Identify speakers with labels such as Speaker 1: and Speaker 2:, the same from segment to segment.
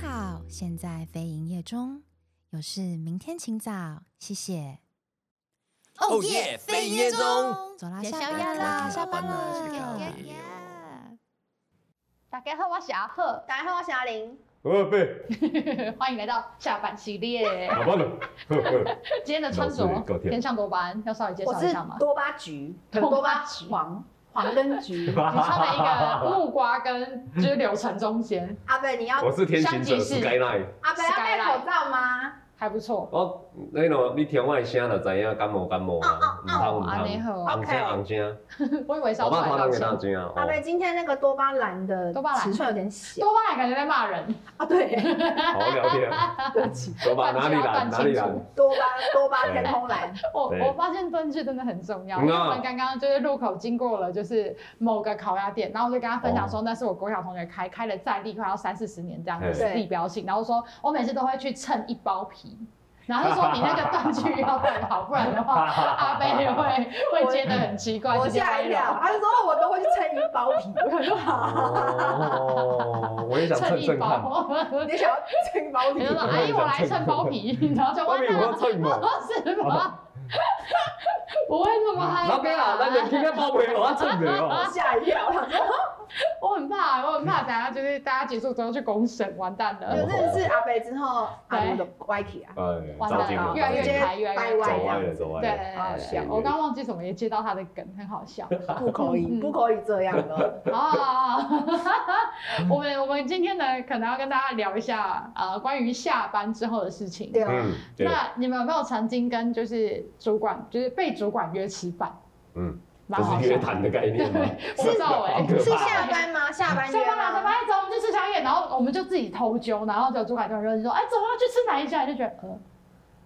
Speaker 1: 好，现在非营业中，有事明天请早，谢谢。
Speaker 2: 哦耶非营业中
Speaker 1: 走啦，
Speaker 3: 吃
Speaker 1: 下
Speaker 3: 宵夜
Speaker 1: 班
Speaker 3: 啦
Speaker 1: 啦，
Speaker 3: 下
Speaker 1: 下
Speaker 3: 班
Speaker 1: 班
Speaker 3: 啦
Speaker 1: 了。
Speaker 3: 呀呀
Speaker 4: 大家好，我是阿赫， 大家好，我是阿玲。
Speaker 5: 呃，贝，
Speaker 4: 欢迎来到下班系 列。
Speaker 5: 好吧了，呵呵，
Speaker 4: 今天的穿着
Speaker 5: 老师高天
Speaker 4: 偏向多巴胺，要稍微介
Speaker 6: 我
Speaker 4: 绍一
Speaker 6: 是
Speaker 4: 下吗？
Speaker 6: 多巴橘，
Speaker 4: 多巴
Speaker 6: 多巴黄黄 跟橘。
Speaker 4: 你穿了一个木啊瓜跟就是柳橙中间，
Speaker 6: 阿贝，你要
Speaker 5: 我是天行
Speaker 4: 相
Speaker 5: 者
Speaker 4: 机是
Speaker 5: Skyline。
Speaker 6: 阿贝要戴口罩吗？
Speaker 5: 哦
Speaker 4: 还不错。
Speaker 5: 我那种你听我的声就知影感冒感
Speaker 4: 哦
Speaker 5: 冒啊，唔通唔
Speaker 4: 安尼
Speaker 5: 通，
Speaker 4: 好，
Speaker 5: 红声红声，
Speaker 4: 我以为是
Speaker 5: 我
Speaker 4: 要
Speaker 5: 爸
Speaker 4: 穿到
Speaker 5: 传人给
Speaker 4: 钱
Speaker 5: 大。军啊。
Speaker 6: 阿贝，今天那个多巴蓝的
Speaker 4: 多巴蓝
Speaker 6: 尺寸有点小
Speaker 4: 多巴胺感觉在骂人，
Speaker 6: 啊，对，
Speaker 5: 好好聊天，
Speaker 6: 对 不起，
Speaker 5: 啊哦我把哪里
Speaker 4: 断
Speaker 5: 懒
Speaker 4: 交
Speaker 5: 哪里
Speaker 4: 断
Speaker 5: 懒
Speaker 4: 清，
Speaker 6: 多巴多巴天空 蓝，
Speaker 4: 哦我
Speaker 5: 对
Speaker 4: 我发现断句真的很重要。
Speaker 5: 嗯啊
Speaker 4: 因为我们刚刚就是路口经过了，就是某个烤鸭店，然后我就跟他分享说，
Speaker 5: 哦
Speaker 4: 那是我国小同学开，开了再利快要三四十年这样子，
Speaker 5: 对
Speaker 4: 是地标性。然后说我每次都会去蹭一包皮，然后就说你那个断句要断好，不然的 话阿贝会会接的很奇怪，
Speaker 6: 我
Speaker 4: 直接
Speaker 6: 吓
Speaker 4: 歪
Speaker 6: 一
Speaker 4: 楼
Speaker 6: 跳。他就说哦我都会去蹭一包皮， 我说好，
Speaker 5: 哦，我也想蹭
Speaker 4: 一
Speaker 5: 蹭看，
Speaker 4: 包，
Speaker 6: 你想要蹭一包
Speaker 4: 你
Speaker 6: 皮
Speaker 4: 就？说阿姨我来蹭包皮，然后就哎
Speaker 5: 外
Speaker 4: 完
Speaker 5: 面有
Speaker 4: 了
Speaker 5: 要。蹭吗？
Speaker 4: 是吗？不会那么害怕。
Speaker 5: 老哥啊，咱就去个包皮，我要蹭着哦。
Speaker 6: 吓 一跳，他说
Speaker 4: 我很怕，我很怕，等下就是大家结束之后去公审，完蛋了
Speaker 6: 有，认识阿贝之后，阿鲁的歪体啊，
Speaker 5: 哎，
Speaker 4: 完
Speaker 5: 糟
Speaker 4: 蛋
Speaker 5: 心
Speaker 4: 了，
Speaker 5: 了，
Speaker 4: 越来越
Speaker 6: 糟心
Speaker 4: 开，越来
Speaker 6: 掰
Speaker 4: 越
Speaker 6: 歪
Speaker 5: 走
Speaker 6: 这
Speaker 5: 歪
Speaker 6: 样
Speaker 5: 了，
Speaker 6: 子，
Speaker 5: 走歪
Speaker 4: 对
Speaker 5: 了。
Speaker 4: 好笑。我刚忘记什么，也接到他的梗，很好笑。
Speaker 6: 不可以，不可以这样 的。
Speaker 4: 啊，我们我们今天呢，可能要跟大家聊一下呃，关于下班之后的事情。
Speaker 6: 对啊，
Speaker 5: 嗯，对，
Speaker 4: 那你们有没有曾经跟就是主管，就是被主管约吃饭？
Speaker 5: 嗯，
Speaker 4: 蛮好
Speaker 5: 这
Speaker 4: 笑
Speaker 5: 是约谈的概念吗？
Speaker 4: 我不知道哎、
Speaker 5: 好可
Speaker 6: 是
Speaker 5: 怕
Speaker 6: 下班吗？下班
Speaker 4: 下
Speaker 6: 约
Speaker 4: 班了，下
Speaker 6: 吗？
Speaker 4: 班走，我们去吃宵夜，然后我们就自己偷揪，然后就主管就很认真说，哎，走，要去吃哪一家？就觉得呃，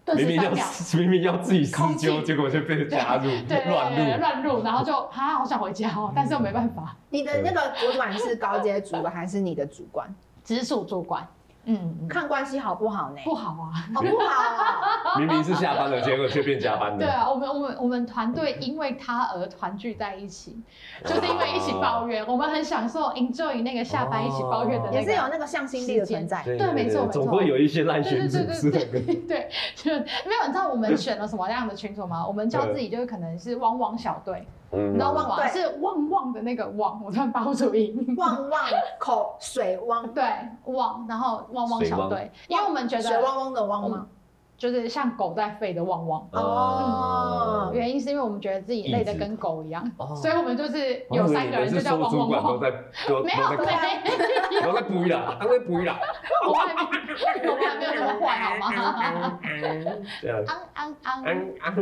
Speaker 4: 顿
Speaker 5: 明
Speaker 4: 时
Speaker 5: 明
Speaker 4: 三
Speaker 5: 要
Speaker 4: 秒，
Speaker 5: 明明要自己私
Speaker 4: 空
Speaker 5: 纠，
Speaker 4: 气
Speaker 5: 结果就被加入
Speaker 4: 对对
Speaker 5: 乱
Speaker 4: 对，
Speaker 5: 入。
Speaker 4: 乱入，然后就啊，好想回家哦，但是又没办法，
Speaker 6: 你的那个主管是高阶主 管还是你的主管？
Speaker 4: 直属主管，嗯，嗯
Speaker 6: 看关系好不好呢？
Speaker 4: 不好啊，
Speaker 6: 哦，不好，
Speaker 5: 明明是下 班了，结果却变加班
Speaker 4: 对
Speaker 5: 了。
Speaker 4: 啊，我们我们我们团队因为他而团聚在一起，就是因为一起抱怨，我们很享受 enjoy 那个下班一起抱怨的那个，
Speaker 6: 也是有那个向心力的存在。
Speaker 4: 对没错没错
Speaker 5: 总会有一些烂
Speaker 4: 对
Speaker 5: 选
Speaker 4: 对
Speaker 5: 址
Speaker 4: 对
Speaker 5: 是
Speaker 4: 对
Speaker 5: 那个。
Speaker 4: 对 对，就没有，你知道我们选了什么样的群组吗？我们叫自己就是可能是汪汪小队，你
Speaker 5: 嗯
Speaker 4: 知道旺旺
Speaker 6: 对
Speaker 4: 是旺旺的那个旺，我突然发不出音。
Speaker 6: 旺旺口水汪，
Speaker 4: 对，旺，然后旺旺小队，因为我们觉
Speaker 6: 水
Speaker 4: 得
Speaker 6: 汪汪的汪吗？
Speaker 4: 就是像狗在吠的旺旺。
Speaker 6: 哦
Speaker 4: 原因是因为我们觉得自己累得跟狗一样，
Speaker 5: 嗯哦
Speaker 4: 所以我们就是
Speaker 5: 我以为
Speaker 4: 有三个人
Speaker 5: 你
Speaker 4: 就
Speaker 5: 们是
Speaker 4: 叫
Speaker 5: 说
Speaker 4: 旺
Speaker 5: 主
Speaker 4: 旺
Speaker 5: 管都
Speaker 4: 旺。
Speaker 5: 在都
Speaker 4: 没
Speaker 5: 都
Speaker 4: 有，
Speaker 5: 在
Speaker 4: 没，
Speaker 5: 都在补啦，都在补 啦，
Speaker 4: 我还没，我还没有那么坏，好吗？
Speaker 5: 这样。
Speaker 4: 安安安，
Speaker 5: 安安安，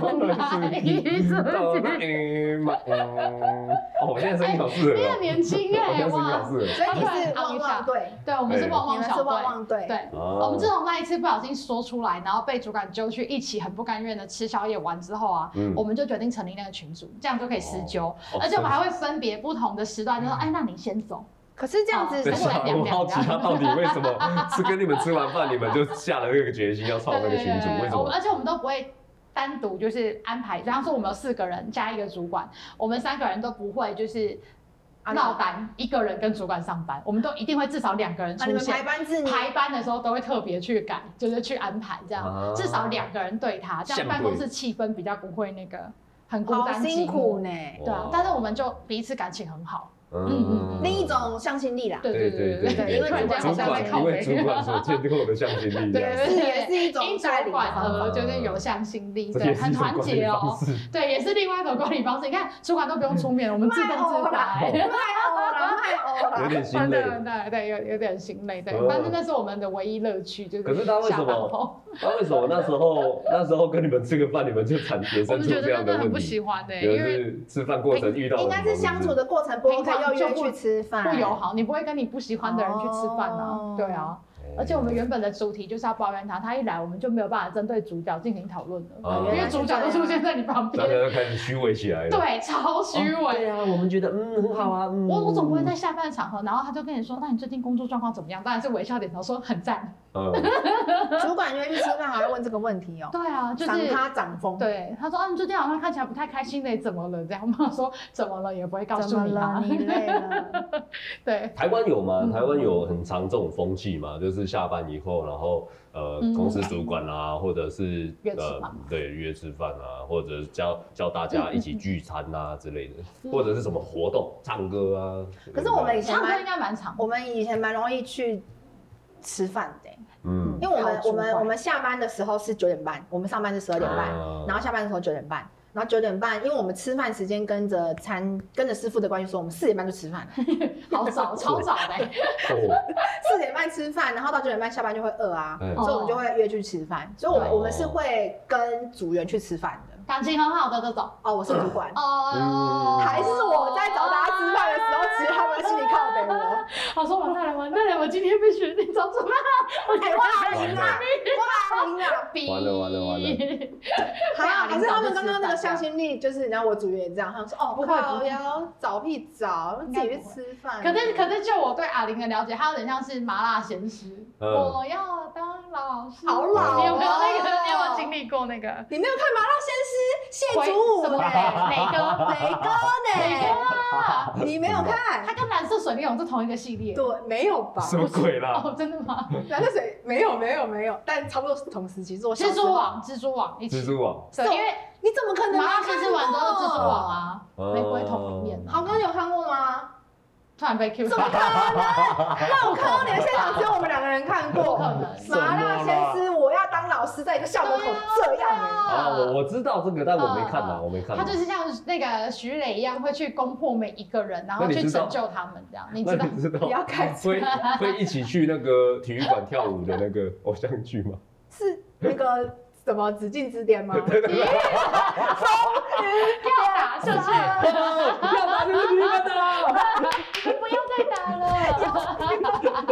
Speaker 5: 懂了是你，懂了嗯嘛嗯，哦，我现在声音好适合
Speaker 4: 你很
Speaker 5: 哦，
Speaker 4: 年轻
Speaker 5: 我现
Speaker 4: 哎，
Speaker 5: 在声音
Speaker 4: 哇
Speaker 5: 好！适
Speaker 6: 所以你是
Speaker 4: 哦
Speaker 6: 汪汪队，
Speaker 4: 对，我们是旺
Speaker 6: 你
Speaker 4: 旺
Speaker 6: 们
Speaker 4: 小
Speaker 6: 是汪
Speaker 4: 队，
Speaker 6: 汪队。
Speaker 4: 对。
Speaker 5: 合。
Speaker 4: 我们自
Speaker 5: 哦，
Speaker 4: 从那一次不小心说出来，然后被主管揪去一起很不甘愿的吃宵夜完之后啊，
Speaker 5: 嗯
Speaker 4: 我们就决定成立那个群组，这样就可以私揪，
Speaker 5: 哦嗯
Speaker 4: 而且我们还会分别不同的时段，就说，哎，那你先
Speaker 5: 啊
Speaker 4: 走，
Speaker 6: 可是这样子
Speaker 5: 等一
Speaker 4: 对
Speaker 5: 下，我好奇他到底为什么是跟你们吃完饭，你们就下了这个决心要创这个群组？为什
Speaker 4: 我们
Speaker 5: 么？
Speaker 4: 而且我们都不会。单独就是安排，比方说我们有四个人加一个主管，我们三个人都不会就是
Speaker 6: 啊
Speaker 4: 落单，一个人跟主管上班，我们都一定会至少两个人
Speaker 6: 啊，
Speaker 4: 出
Speaker 6: 你们排
Speaker 4: 现。
Speaker 6: 班制，你
Speaker 4: 排班的时候都会特别去改，就是去安排这样，
Speaker 5: 啊
Speaker 4: 至少两个人对他，这样
Speaker 5: 像
Speaker 4: 办公
Speaker 5: 对
Speaker 4: 室气氛比较不会那个很孤
Speaker 6: 好
Speaker 4: 单
Speaker 6: 辛
Speaker 4: 寂寞
Speaker 6: 苦呢。
Speaker 4: 对啊
Speaker 5: 哇，
Speaker 4: 但是我们就彼此感情很好。嗯
Speaker 6: 另一种向心力啦，
Speaker 4: 对
Speaker 5: 对
Speaker 4: 对
Speaker 5: 对
Speaker 4: 对
Speaker 5: 对
Speaker 6: 对因为
Speaker 4: 突然间好
Speaker 5: 主
Speaker 4: 像
Speaker 5: 管
Speaker 4: 在靠
Speaker 5: 因为
Speaker 4: 背。
Speaker 5: 主管所建构的向心力，这样
Speaker 4: 对
Speaker 6: 是也是一种
Speaker 4: 因
Speaker 6: 带
Speaker 4: 主
Speaker 6: 领
Speaker 4: 管
Speaker 6: 的。
Speaker 4: 而就是有向心 力，
Speaker 5: 这也
Speaker 4: 对，
Speaker 5: 是一
Speaker 4: 很
Speaker 5: 种
Speaker 4: 团
Speaker 5: 管理
Speaker 4: 结
Speaker 5: 方
Speaker 4: 哦。
Speaker 5: 式。
Speaker 4: 对，也是另外一种管理方式。你看，主管都不用出面，我们自动自发。
Speaker 6: 太欧了，太 欧
Speaker 5: 有
Speaker 6: 了。
Speaker 5: 点心
Speaker 4: 真
Speaker 5: 累
Speaker 4: 的，。真的对，有有点心累，对
Speaker 5: 哦，
Speaker 4: 但是那是我们的唯一乐趣，就
Speaker 5: 可是他为
Speaker 4: 下
Speaker 5: 什么
Speaker 4: 班后，
Speaker 5: 那为什么那时候那时候跟你们吃个饭，你们就产衍
Speaker 4: 我
Speaker 5: 生
Speaker 4: 们
Speaker 5: 出
Speaker 4: 觉
Speaker 5: 这
Speaker 4: 得真
Speaker 5: 样
Speaker 4: 的很
Speaker 5: 问
Speaker 4: 不喜
Speaker 5: 题？
Speaker 4: 欢的，因
Speaker 5: 有
Speaker 4: 为
Speaker 5: 是吃饭过程遇到
Speaker 6: 应该是相处的过程不 OK，又约去吃饭，
Speaker 4: 不友好，你不会跟你不喜欢的人去吃饭啊，
Speaker 6: 哎哦
Speaker 4: 对啊，而且我们原本的主题就是要抱怨他，他一来我们就没有办法针对主角进行讨论了，
Speaker 5: 哦
Speaker 4: 因为主角都出现在你旁
Speaker 5: 大家
Speaker 4: 边，
Speaker 5: 都开始虚伪起来 了。
Speaker 4: 对，超虚
Speaker 6: 哦
Speaker 4: 伪。
Speaker 5: 对啊，我们觉得嗯很好啊，嗯。
Speaker 4: 我我总不会在下班的场合，然后他就跟你说，那你最近工作状况怎么样？当然是微笑点头说很赞。
Speaker 5: 嗯
Speaker 6: 主管约去吃饭还会问这个问题哦，
Speaker 4: 对啊，就
Speaker 6: 赏
Speaker 4: 是
Speaker 6: 他涨风。
Speaker 4: 对他说啊，你最近好像看起来不太开心嘞，怎么了？这样我妈说怎么了也不会告
Speaker 6: 怎
Speaker 4: 诉
Speaker 6: 么
Speaker 4: 你
Speaker 6: 了？
Speaker 4: 啊。
Speaker 6: 你累 了？
Speaker 4: 对，
Speaker 5: 台湾有吗？
Speaker 4: 嗯
Speaker 5: 台湾有很常这种风气嘛，就是下班以后，然后呃，
Speaker 4: 嗯
Speaker 5: 公司主管啊，或者是
Speaker 4: 约吃
Speaker 5: 呃
Speaker 4: 饭，
Speaker 5: 对，约吃饭啊，或者叫叫大家一起聚餐啊之类的，
Speaker 4: 嗯
Speaker 5: 或者是什么活动，唱歌啊。
Speaker 6: 可是我们以前
Speaker 4: 唱歌应
Speaker 6: 蛮，
Speaker 4: 该蛮长的。
Speaker 6: 我们以前蛮容易去吃饭的欸，
Speaker 5: 嗯
Speaker 6: 因为我们
Speaker 4: 好主
Speaker 6: 我
Speaker 4: 管
Speaker 6: 们我们下班的时候是九点半，我们上班是十二点半，
Speaker 5: 啊
Speaker 6: 然后下班的时候九点半。然后九点半，因为我们吃饭时间跟着餐跟着师傅的关系，说我们四点半就吃饭，
Speaker 4: 好 早，超早的、欸。
Speaker 5: 哦
Speaker 6: 四点半吃饭，然后到九点半下班就会饿啊，
Speaker 5: 哎
Speaker 4: 哦
Speaker 6: 所以我们就会约去吃饭。所以我们
Speaker 5: 哦
Speaker 6: 我们是会跟组员去吃饭的。
Speaker 4: 感情很好的这种。
Speaker 6: 哦，我是主管，
Speaker 4: 哦、
Speaker 5: 嗯
Speaker 6: 还是我在找大家吃饭的时候，其实他们在心里靠北我。
Speaker 4: 我说完蛋了，完蛋了，我今天被选定找怎么办？我
Speaker 6: 哎，我阿
Speaker 5: 完
Speaker 6: 玲
Speaker 5: 了
Speaker 6: 啊，我阿玲啊，
Speaker 4: 逼
Speaker 5: 完了完了完了
Speaker 6: 还好，可是他们刚刚那个向心力，就是你知道我组员也这样，他们说哦，
Speaker 4: 不会不
Speaker 6: 靠
Speaker 4: 会
Speaker 6: 腰找屁找，
Speaker 4: 应
Speaker 6: 自
Speaker 4: 该
Speaker 6: 己
Speaker 4: 不会
Speaker 6: 去吃饭。
Speaker 4: 可是，可是，就我对阿玲的了解，她有点像是麻辣咸师。
Speaker 5: 嗯
Speaker 4: 我要当老师。
Speaker 6: 好老哦
Speaker 4: 你有没有那个？你有没有经历过那个？
Speaker 6: 你没有看《麻辣鲜师》谢祖武
Speaker 4: 什么
Speaker 6: 呢？
Speaker 4: 磊哥？
Speaker 6: 雷
Speaker 4: 磊
Speaker 6: 哥
Speaker 4: 哥啊！
Speaker 6: 呢？你没有看？
Speaker 4: 他跟蓝色水灵蛹是同一个系列。
Speaker 6: 对，没有吧？
Speaker 5: 什么鬼啦？
Speaker 4: 哦，真的吗？
Speaker 6: 蓝色水没有没有没有，但差不多是同时期。是我小
Speaker 4: 蜘
Speaker 6: 时候
Speaker 4: 蛛，网，蜘蛛网一起
Speaker 5: 蜘。蛛网，
Speaker 4: 对，因为
Speaker 6: 你怎么可能没
Speaker 4: 麻辣
Speaker 6: 看过？
Speaker 4: 鲜师玩都是蜘蛛网啊， 玫瑰同里面
Speaker 5: 哦
Speaker 4: 啊。
Speaker 6: 豪哥你有看过吗？
Speaker 4: 突然被 Q
Speaker 6: 怎么
Speaker 4: 到。
Speaker 6: 可能？ 那我看到你的现场只有我们两个人看
Speaker 4: 不
Speaker 6: 过
Speaker 4: 可。能。
Speaker 6: 麻辣鲜师，我要当老师，在一个校门口这样、欸
Speaker 4: 啊
Speaker 5: 啊，我我知道这个，但我没看
Speaker 4: 嗯
Speaker 5: 啊，
Speaker 4: 嗯
Speaker 5: 我没看啊。
Speaker 4: 他就是像那个徐磊一样，会去攻破每一个人，然后
Speaker 5: 那你
Speaker 4: 去
Speaker 5: 知道
Speaker 4: 拯救他们，这样你
Speaker 5: 那
Speaker 4: 知道？
Speaker 5: 你知道
Speaker 6: 不要开车
Speaker 5: 会会一起去那个体育馆跳舞的那个偶像剧吗？
Speaker 6: 是那个什么紫禁之巅吗？
Speaker 4: 要打下去，
Speaker 5: 要打就是你们的啦！
Speaker 4: 不要再打了。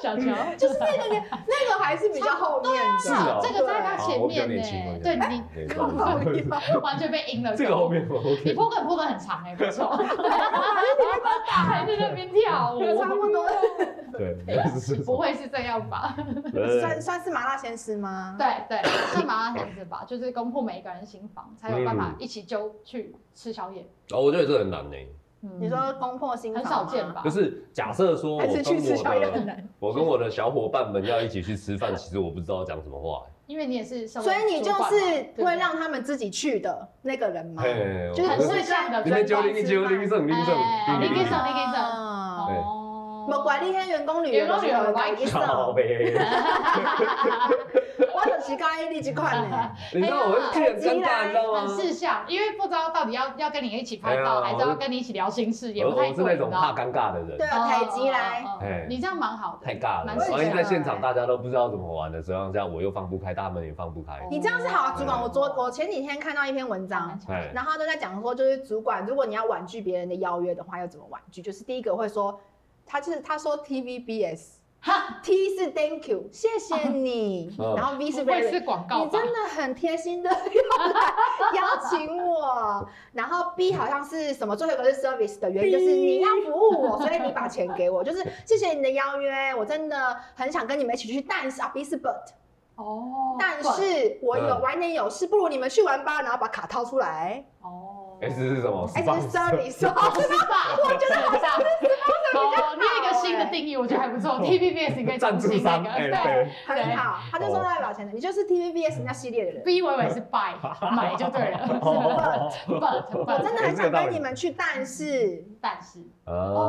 Speaker 4: 小乔，
Speaker 6: 就是那个年，那个还是比较后面的。
Speaker 5: 是啊
Speaker 4: 这个在他前面呢、对你
Speaker 5: 对
Speaker 4: 完全被阴了。
Speaker 5: 这个后面我
Speaker 4: 你
Speaker 5: OK。
Speaker 4: 破梗破得很长哎、不错。还在那边跳舞，
Speaker 6: 差不多，
Speaker 5: 对，但是
Speaker 4: 不会是这样吧？
Speaker 6: 算算是麻辣鲜师吗？
Speaker 4: 对 对，是麻辣鲜师吧？就是攻破每一个人心房，才有办法
Speaker 5: 嗯
Speaker 4: 一起揪去吃宵夜。
Speaker 5: 哦，我觉得这很难呢。
Speaker 4: 嗯
Speaker 6: 你说攻破心
Speaker 4: 很
Speaker 6: 房
Speaker 4: 少
Speaker 6: 吗
Speaker 4: 见？吧？
Speaker 5: 就是假设说我
Speaker 6: 还是
Speaker 5: 跟
Speaker 6: 去吃宵夜
Speaker 5: 我
Speaker 6: 很
Speaker 5: 的
Speaker 6: 难，
Speaker 5: 我跟我的小伙伴们要一起去吃饭，其实我不知道讲什么话。欸
Speaker 4: 因为你也是身为
Speaker 6: 所以你就
Speaker 4: 主管嘛对不
Speaker 6: 是
Speaker 4: 对
Speaker 6: 会让他们自己去的那个人吗？
Speaker 5: 嘿，
Speaker 6: 就是
Speaker 4: 很会像的
Speaker 5: 你们九零一九零一正零一正
Speaker 4: 哎
Speaker 5: 零
Speaker 4: 你
Speaker 5: 一
Speaker 4: 可以
Speaker 5: 正
Speaker 4: 上，你可以上
Speaker 6: 哦
Speaker 4: 哦
Speaker 6: 我管理那员工旅游，一
Speaker 5: 靠
Speaker 6: 扫，
Speaker 5: 呗。
Speaker 6: 我就是该你这款 的。
Speaker 5: 你知道我会
Speaker 4: 哎
Speaker 5: 很尴尬，你知道吗
Speaker 4: 很？事项，因为不知道到底要要跟你一起拍照，
Speaker 5: 哎呀
Speaker 4: 还是要跟你一起聊心事，也
Speaker 5: 我
Speaker 4: 不太
Speaker 5: 我是
Speaker 4: 对，
Speaker 5: 那
Speaker 4: 你知
Speaker 5: 种
Speaker 4: 道
Speaker 5: 怕
Speaker 4: 吗？
Speaker 5: 尴尬的人
Speaker 6: 对。啊，台积来，
Speaker 4: 哦哦哦
Speaker 5: 哎
Speaker 4: 你这样蛮好的，
Speaker 5: 太尬了
Speaker 4: 蛮，适合
Speaker 5: 万一在现
Speaker 6: 的
Speaker 4: 欸
Speaker 5: 场大家都不知道怎么玩的时候，这样我又放不开，大门也放不开。
Speaker 6: 你这样是好啊，主管。
Speaker 5: 哦
Speaker 6: 我昨我前几天看到一篇文章，
Speaker 4: 嗯
Speaker 5: 哎，
Speaker 6: 然后都在讲说，就是主管如果你要婉拒别人的邀约的话，要怎么婉拒？就是第一个会说，他就是他说 TVBS，
Speaker 4: 哈
Speaker 6: T 是 Thank you，谢 谢你，
Speaker 5: 嗯
Speaker 6: 然后 V 是
Speaker 4: 不哦会
Speaker 6: Very
Speaker 4: 是广告
Speaker 6: 你
Speaker 4: 吧？
Speaker 6: 真的很贴心的 邀请我，然后 B 好像是什么最后一个是 service 的原因，就是你要服务我，所以你把钱给我，就是谢谢你的邀约，我真的很想跟你们一起去，但是啊 B 是 but，
Speaker 4: 哦，
Speaker 6: 但
Speaker 4: 对
Speaker 6: 是我有
Speaker 5: 嗯
Speaker 6: 晚点有事，不如你们去玩吧，然后把卡掏出来
Speaker 4: 哦，
Speaker 5: S 是什么
Speaker 6: 哎，这 是 service，哦
Speaker 4: 我觉得是吧？哦，你有一个新的定义，我觉得还不错。T P B S 你可以
Speaker 5: 哦赞
Speaker 4: 重
Speaker 5: 助
Speaker 4: 新那
Speaker 5: 商？
Speaker 4: 个
Speaker 5: 哎，
Speaker 4: 对。
Speaker 5: 对，
Speaker 6: 很好，他就说他要把钱的，你就是 TVBS 人家系列的人。
Speaker 4: B 我以为是 buy 买就对了
Speaker 5: 哦
Speaker 4: ，but but
Speaker 6: 我真的
Speaker 5: 哎
Speaker 6: 很想
Speaker 5: 这个道理
Speaker 6: 跟你们去，但是
Speaker 4: 但是
Speaker 5: 啊
Speaker 6: 我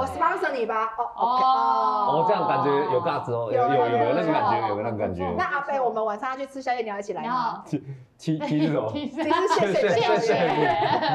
Speaker 4: 哦
Speaker 6: sponsor 你吧。哦，OK，
Speaker 4: 哦
Speaker 5: 哦，这样感觉有尬值哦，有有有有那个感觉，有那个感
Speaker 6: 那
Speaker 5: 觉。
Speaker 6: 阿贝，我们晚上要去吃宵夜，你要一起来
Speaker 4: 然
Speaker 6: 吗
Speaker 4: 后？
Speaker 5: T T 是什么？
Speaker 4: 谢
Speaker 6: 其
Speaker 4: 谢哦
Speaker 6: 实谢谢
Speaker 5: 谢
Speaker 6: 谢
Speaker 5: 谢
Speaker 6: 谢。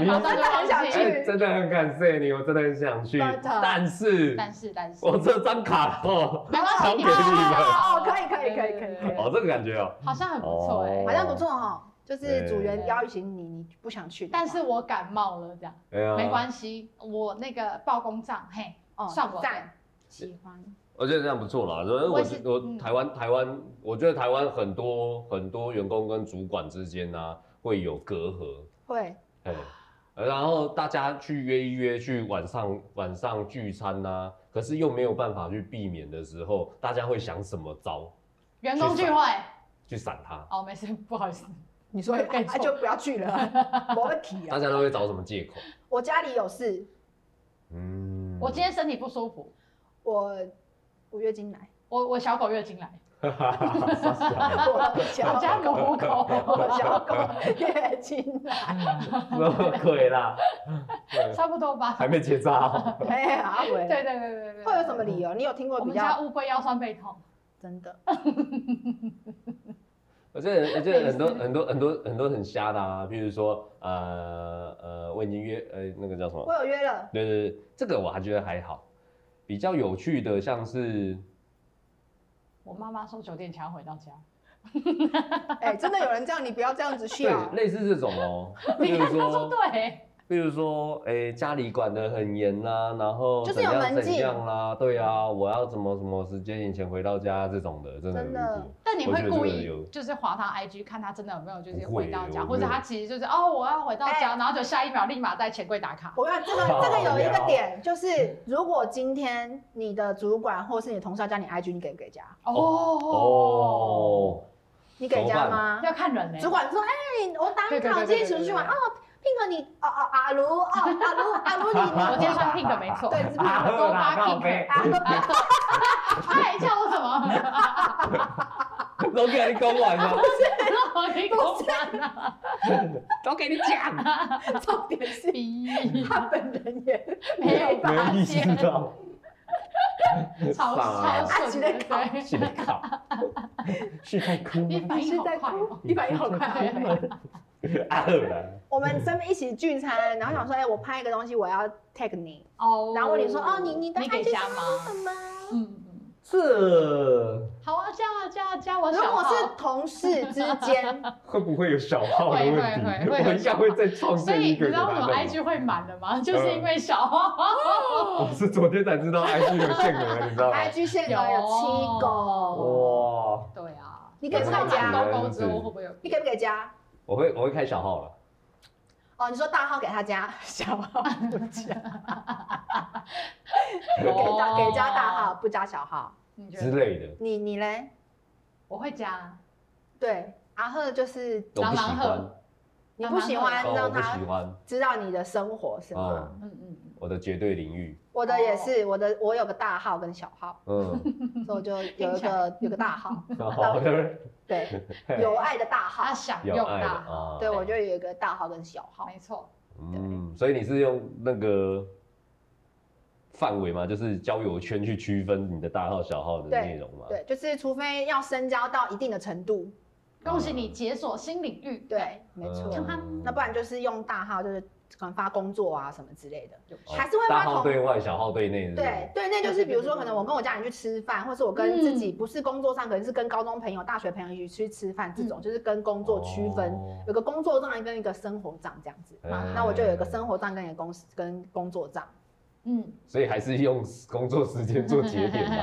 Speaker 5: 你
Speaker 4: 马上就忘记
Speaker 6: 我真的很想去
Speaker 5: 哎真的很感谢你，我真的很想去，
Speaker 6: But-
Speaker 5: 但是
Speaker 4: 但是但是，
Speaker 5: 我这张卡哦，
Speaker 4: 没关系，
Speaker 5: 赏给你
Speaker 4: 看
Speaker 5: 们
Speaker 6: 哦可以可以可以可以
Speaker 4: 对对对
Speaker 5: 哦 这个感觉哦，
Speaker 4: 好像很不错哎
Speaker 5: 哦
Speaker 6: 好像不错哦，就是组员
Speaker 4: 对
Speaker 6: 邀请你，你不想去的话，
Speaker 4: 但是我感冒了这样，
Speaker 5: 哎呀
Speaker 4: 没关系，我那个报公账嘿
Speaker 6: 哦
Speaker 4: 算我的
Speaker 6: 赞，
Speaker 4: 喜欢。
Speaker 5: 我觉得这样不错啦。所以
Speaker 4: 我
Speaker 5: 我
Speaker 4: 也是
Speaker 5: 觉我
Speaker 4: 嗯
Speaker 5: 台湾台湾，我觉得台湾很多很多员工跟主管之间啊会有隔阂，
Speaker 6: 会
Speaker 5: 哎，然后大家去约一约，去晚上晚上聚餐呐、啊可是又没有办法去避免的时候，大家会想什么招
Speaker 4: 员工聚会，
Speaker 5: 去闪它？
Speaker 4: 哦，没事，不好意思。
Speaker 6: 你 说
Speaker 4: 没错
Speaker 6: 啊就不要去 了，没问题
Speaker 5: 大
Speaker 6: 啊。
Speaker 5: 家都会找什么借口？
Speaker 6: 我家里有事，
Speaker 5: 嗯，
Speaker 4: 我 今天身体不舒服，
Speaker 6: 我我月经来，
Speaker 4: 我我小狗月经 来，
Speaker 6: 我
Speaker 4: 啊我家
Speaker 6: 家
Speaker 4: 母
Speaker 6: 我
Speaker 4: 狗，
Speaker 6: 小狗月经来，
Speaker 5: 么鬼啦？对
Speaker 4: 差不多吧。
Speaker 5: 还没结扎哦、
Speaker 6: 哎呀，阿伟，
Speaker 4: 对对对对对，
Speaker 6: 会有什么理？由？你有听过
Speaker 4: 我
Speaker 6: 比
Speaker 4: 们家
Speaker 6: 较
Speaker 4: 乌龟腰酸背痛，
Speaker 6: 真的？
Speaker 5: 我觉得，我觉得很多很多很多很多很瞎的啊，譬如说，呃呃，我已经约呃那个叫什么
Speaker 6: 我？有约了，
Speaker 5: 对对对，这个我还觉得还好。比较有趣的像是，
Speaker 4: 我妈妈说九点前要回到家，
Speaker 6: 哎，真的有人这样，你不要这样子
Speaker 5: 对
Speaker 6: 笑，。
Speaker 5: 类似这种哦、譬
Speaker 4: 你
Speaker 5: 如
Speaker 4: 看她说
Speaker 5: 说，
Speaker 4: 对，
Speaker 5: 譬如说，哎、家里管得很严啦、然后
Speaker 6: 就是
Speaker 5: 怎
Speaker 6: 有
Speaker 5: 样
Speaker 6: 门禁
Speaker 5: 怎样啦、对啊，
Speaker 4: 嗯
Speaker 5: 我要怎么什么时间以前回到家这种的，真的有
Speaker 6: 真
Speaker 5: 遇
Speaker 6: 的
Speaker 5: 过。
Speaker 4: 但你
Speaker 5: 我
Speaker 4: 会
Speaker 5: 觉得
Speaker 4: 故
Speaker 5: 这个有
Speaker 4: 意就是划她 IG 看她真的有没有就是
Speaker 5: 不会
Speaker 4: 回到家，
Speaker 5: 我
Speaker 4: 或者
Speaker 5: 没有
Speaker 4: 她其实就是哦我要回到
Speaker 6: 哎
Speaker 4: 家，然后就下一秒立马在钱柜打卡。
Speaker 6: 我看这个这个有一个点，就是如果今天你的主管或是你的同事要加你 IG，你给不给加？
Speaker 4: 哦，
Speaker 5: 哦，
Speaker 6: 你给加吗？
Speaker 4: 要看人呢。
Speaker 6: 主管说：“哎、我打你卡，我今天请出去玩哦。”Pink 你哦哦阿卢哦阿卢阿卢你
Speaker 4: 我今
Speaker 6: 你
Speaker 4: 天穿 pink 没错，
Speaker 6: 对是 pink
Speaker 4: 多巴
Speaker 5: 靠
Speaker 4: pink，
Speaker 5: 背
Speaker 6: 阿卢哦
Speaker 4: 他还叫我什么？
Speaker 5: 都给你讲完了，
Speaker 4: 我一公分啊！
Speaker 5: 都给你讲。
Speaker 6: 重点是
Speaker 4: 咦
Speaker 6: 他本人也
Speaker 4: 没有 发现，
Speaker 5: 到，
Speaker 4: 超超
Speaker 5: 傻
Speaker 6: 阿奇
Speaker 4: 顺
Speaker 6: 在
Speaker 4: 的，
Speaker 6: 搞
Speaker 4: 对，
Speaker 5: 是 在考，是在哭
Speaker 4: 你
Speaker 5: 吗？
Speaker 4: 反应好快哦。
Speaker 6: 你反应好快
Speaker 4: 对
Speaker 6: 哦。
Speaker 5: 阿二了，
Speaker 6: 我们身边一起聚餐，然后想说：“哎、我拍一个东西，我要 tag 你。
Speaker 4: 哦”
Speaker 6: 然后问你说：“哦，你你的
Speaker 4: 你给
Speaker 6: IG
Speaker 4: 加
Speaker 6: 什
Speaker 4: 吗？
Speaker 6: 么？”
Speaker 4: 嗯，嗯
Speaker 5: 这
Speaker 4: 好啊，加啊加啊加我
Speaker 6: 如
Speaker 4: 小
Speaker 6: 果
Speaker 4: 号。
Speaker 6: 是同事之间，
Speaker 5: 会不会有小号的问题？
Speaker 4: 会会会
Speaker 5: 我应该会再创
Speaker 4: 所
Speaker 5: 建
Speaker 4: 以
Speaker 5: 一
Speaker 4: 你
Speaker 5: 个
Speaker 4: 知
Speaker 5: 给
Speaker 4: 道为什
Speaker 5: 他
Speaker 4: 么
Speaker 5: 弄。
Speaker 4: IG 会满了吗？就是因为小号
Speaker 5: 我哦是昨天才知 道 IG 有限额，你知道吗？
Speaker 6: ，IG 限额有七
Speaker 4: 哦
Speaker 6: 个，
Speaker 5: 哇，
Speaker 4: 对啊，
Speaker 6: 你可以
Speaker 4: 知
Speaker 6: 看
Speaker 4: 道
Speaker 6: 一下
Speaker 4: 满勾勾之后会不会有？
Speaker 6: 你给不给加？
Speaker 5: 我会我会开小号了。
Speaker 6: 哦，你说大号给他加，小号
Speaker 4: 哦
Speaker 6: 不加，给加给加大号，不加小号。
Speaker 4: 你觉
Speaker 5: 之
Speaker 4: 得？
Speaker 5: 类的，
Speaker 6: 你你嘞？
Speaker 4: 我会加，
Speaker 6: 对，阿赫就是
Speaker 5: 我不
Speaker 4: 狼
Speaker 5: 喜
Speaker 4: 狼
Speaker 5: 欢哦
Speaker 4: 赫，
Speaker 6: 你不喜欢
Speaker 5: 哦，我
Speaker 6: 让
Speaker 5: 不
Speaker 6: 他
Speaker 5: 喜欢，
Speaker 6: 知道你的生活是吗？
Speaker 5: 嗯，
Speaker 4: 嗯嗯，
Speaker 5: 我的绝对领域，
Speaker 6: 我的也是，我的我有个大号跟小号，
Speaker 5: 嗯，
Speaker 6: 所以我就有
Speaker 4: 听
Speaker 6: 一
Speaker 4: 起来嗯
Speaker 6: 个有个大号，
Speaker 5: 然后就是
Speaker 6: 对，有爱的大
Speaker 4: 他
Speaker 6: 号，
Speaker 4: 想
Speaker 5: 有
Speaker 4: 用
Speaker 5: 爱的
Speaker 4: 大号，
Speaker 5: 啊，
Speaker 6: 对我就有一个大号跟小号，
Speaker 4: 没错，
Speaker 5: 嗯，所以你是用那个范围嘛，就是交友圈去区分你的大号、小号的内容嘛？
Speaker 6: 对，就是除非要深交到一定的程度，
Speaker 4: 恭喜你解锁新领域，
Speaker 6: 对，没错
Speaker 4: 嗯。
Speaker 6: 那不然就是用大号，就是可能发工作啊什么之类的，
Speaker 4: 有趣，
Speaker 6: 还是会
Speaker 5: 哦大
Speaker 6: 发
Speaker 5: 号
Speaker 6: 同
Speaker 5: 对外，小号对内。
Speaker 6: 对，对，那就是比如说，可能我跟我家人去吃饭，或是我跟自
Speaker 4: 嗯
Speaker 6: 己不是工作上，可能是跟高中朋友、大学朋友一起去吃饭，这种、
Speaker 4: 嗯
Speaker 6: 就是跟工作区分，
Speaker 5: 哦
Speaker 6: 有个工作账跟一个生活账这样子。
Speaker 5: 哎
Speaker 6: 那我就有一个生活账跟一个公司跟工作账，
Speaker 4: 嗯，
Speaker 5: 所以还是用工作时间做节点 嘛，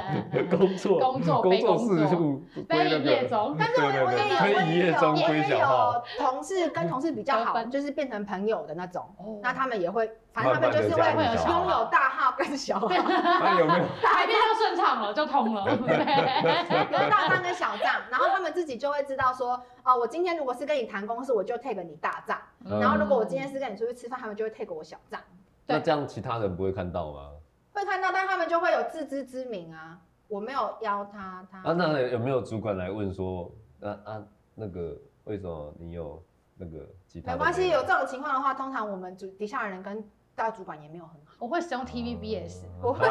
Speaker 5: 工作
Speaker 4: 工作
Speaker 5: 工
Speaker 4: 非
Speaker 5: 作
Speaker 4: 工作
Speaker 5: 事务归那
Speaker 4: 非业
Speaker 5: 个，
Speaker 4: 中，
Speaker 6: 但是我
Speaker 5: 对对
Speaker 6: 我
Speaker 5: 对
Speaker 6: 也有
Speaker 5: 可以
Speaker 6: 哎我
Speaker 5: 一
Speaker 6: 也
Speaker 5: 夜中
Speaker 6: 有
Speaker 5: 归
Speaker 6: 也
Speaker 5: 小
Speaker 6: 有
Speaker 5: 号
Speaker 6: 同事跟同事比较
Speaker 4: 得
Speaker 6: 好，
Speaker 4: 分
Speaker 6: 就是变成朋友的那种，
Speaker 4: 哦
Speaker 6: 那他们也会，反正他们
Speaker 5: 慢慢
Speaker 6: 就
Speaker 5: 地
Speaker 6: 是
Speaker 5: 加
Speaker 6: 会
Speaker 5: 入
Speaker 4: 小号
Speaker 6: 拥有大号跟小 号，
Speaker 5: 那有没有？
Speaker 4: 排便就顺畅了，就通 了，对
Speaker 6: 有大账跟小账，然后他们自己就会知道说，哦，我今天如果是跟你谈公事，我就 take 你大账。
Speaker 5: 嗯
Speaker 6: 然后如果我今天是跟你出去吃饭，他们就会 take 我小账，
Speaker 5: 那这样其他人不会看到吗？
Speaker 6: 会看到，但他们就会有自知之明啊。我没有邀他，他、
Speaker 5: 啊，那有没有主管来问说，啊啊那个为什么你有那个其他的？
Speaker 6: 没关系。有这种情况的话，通常我们主底下的人跟大主管也没有很 好。
Speaker 4: 我会使用 TVBS，
Speaker 6: 我会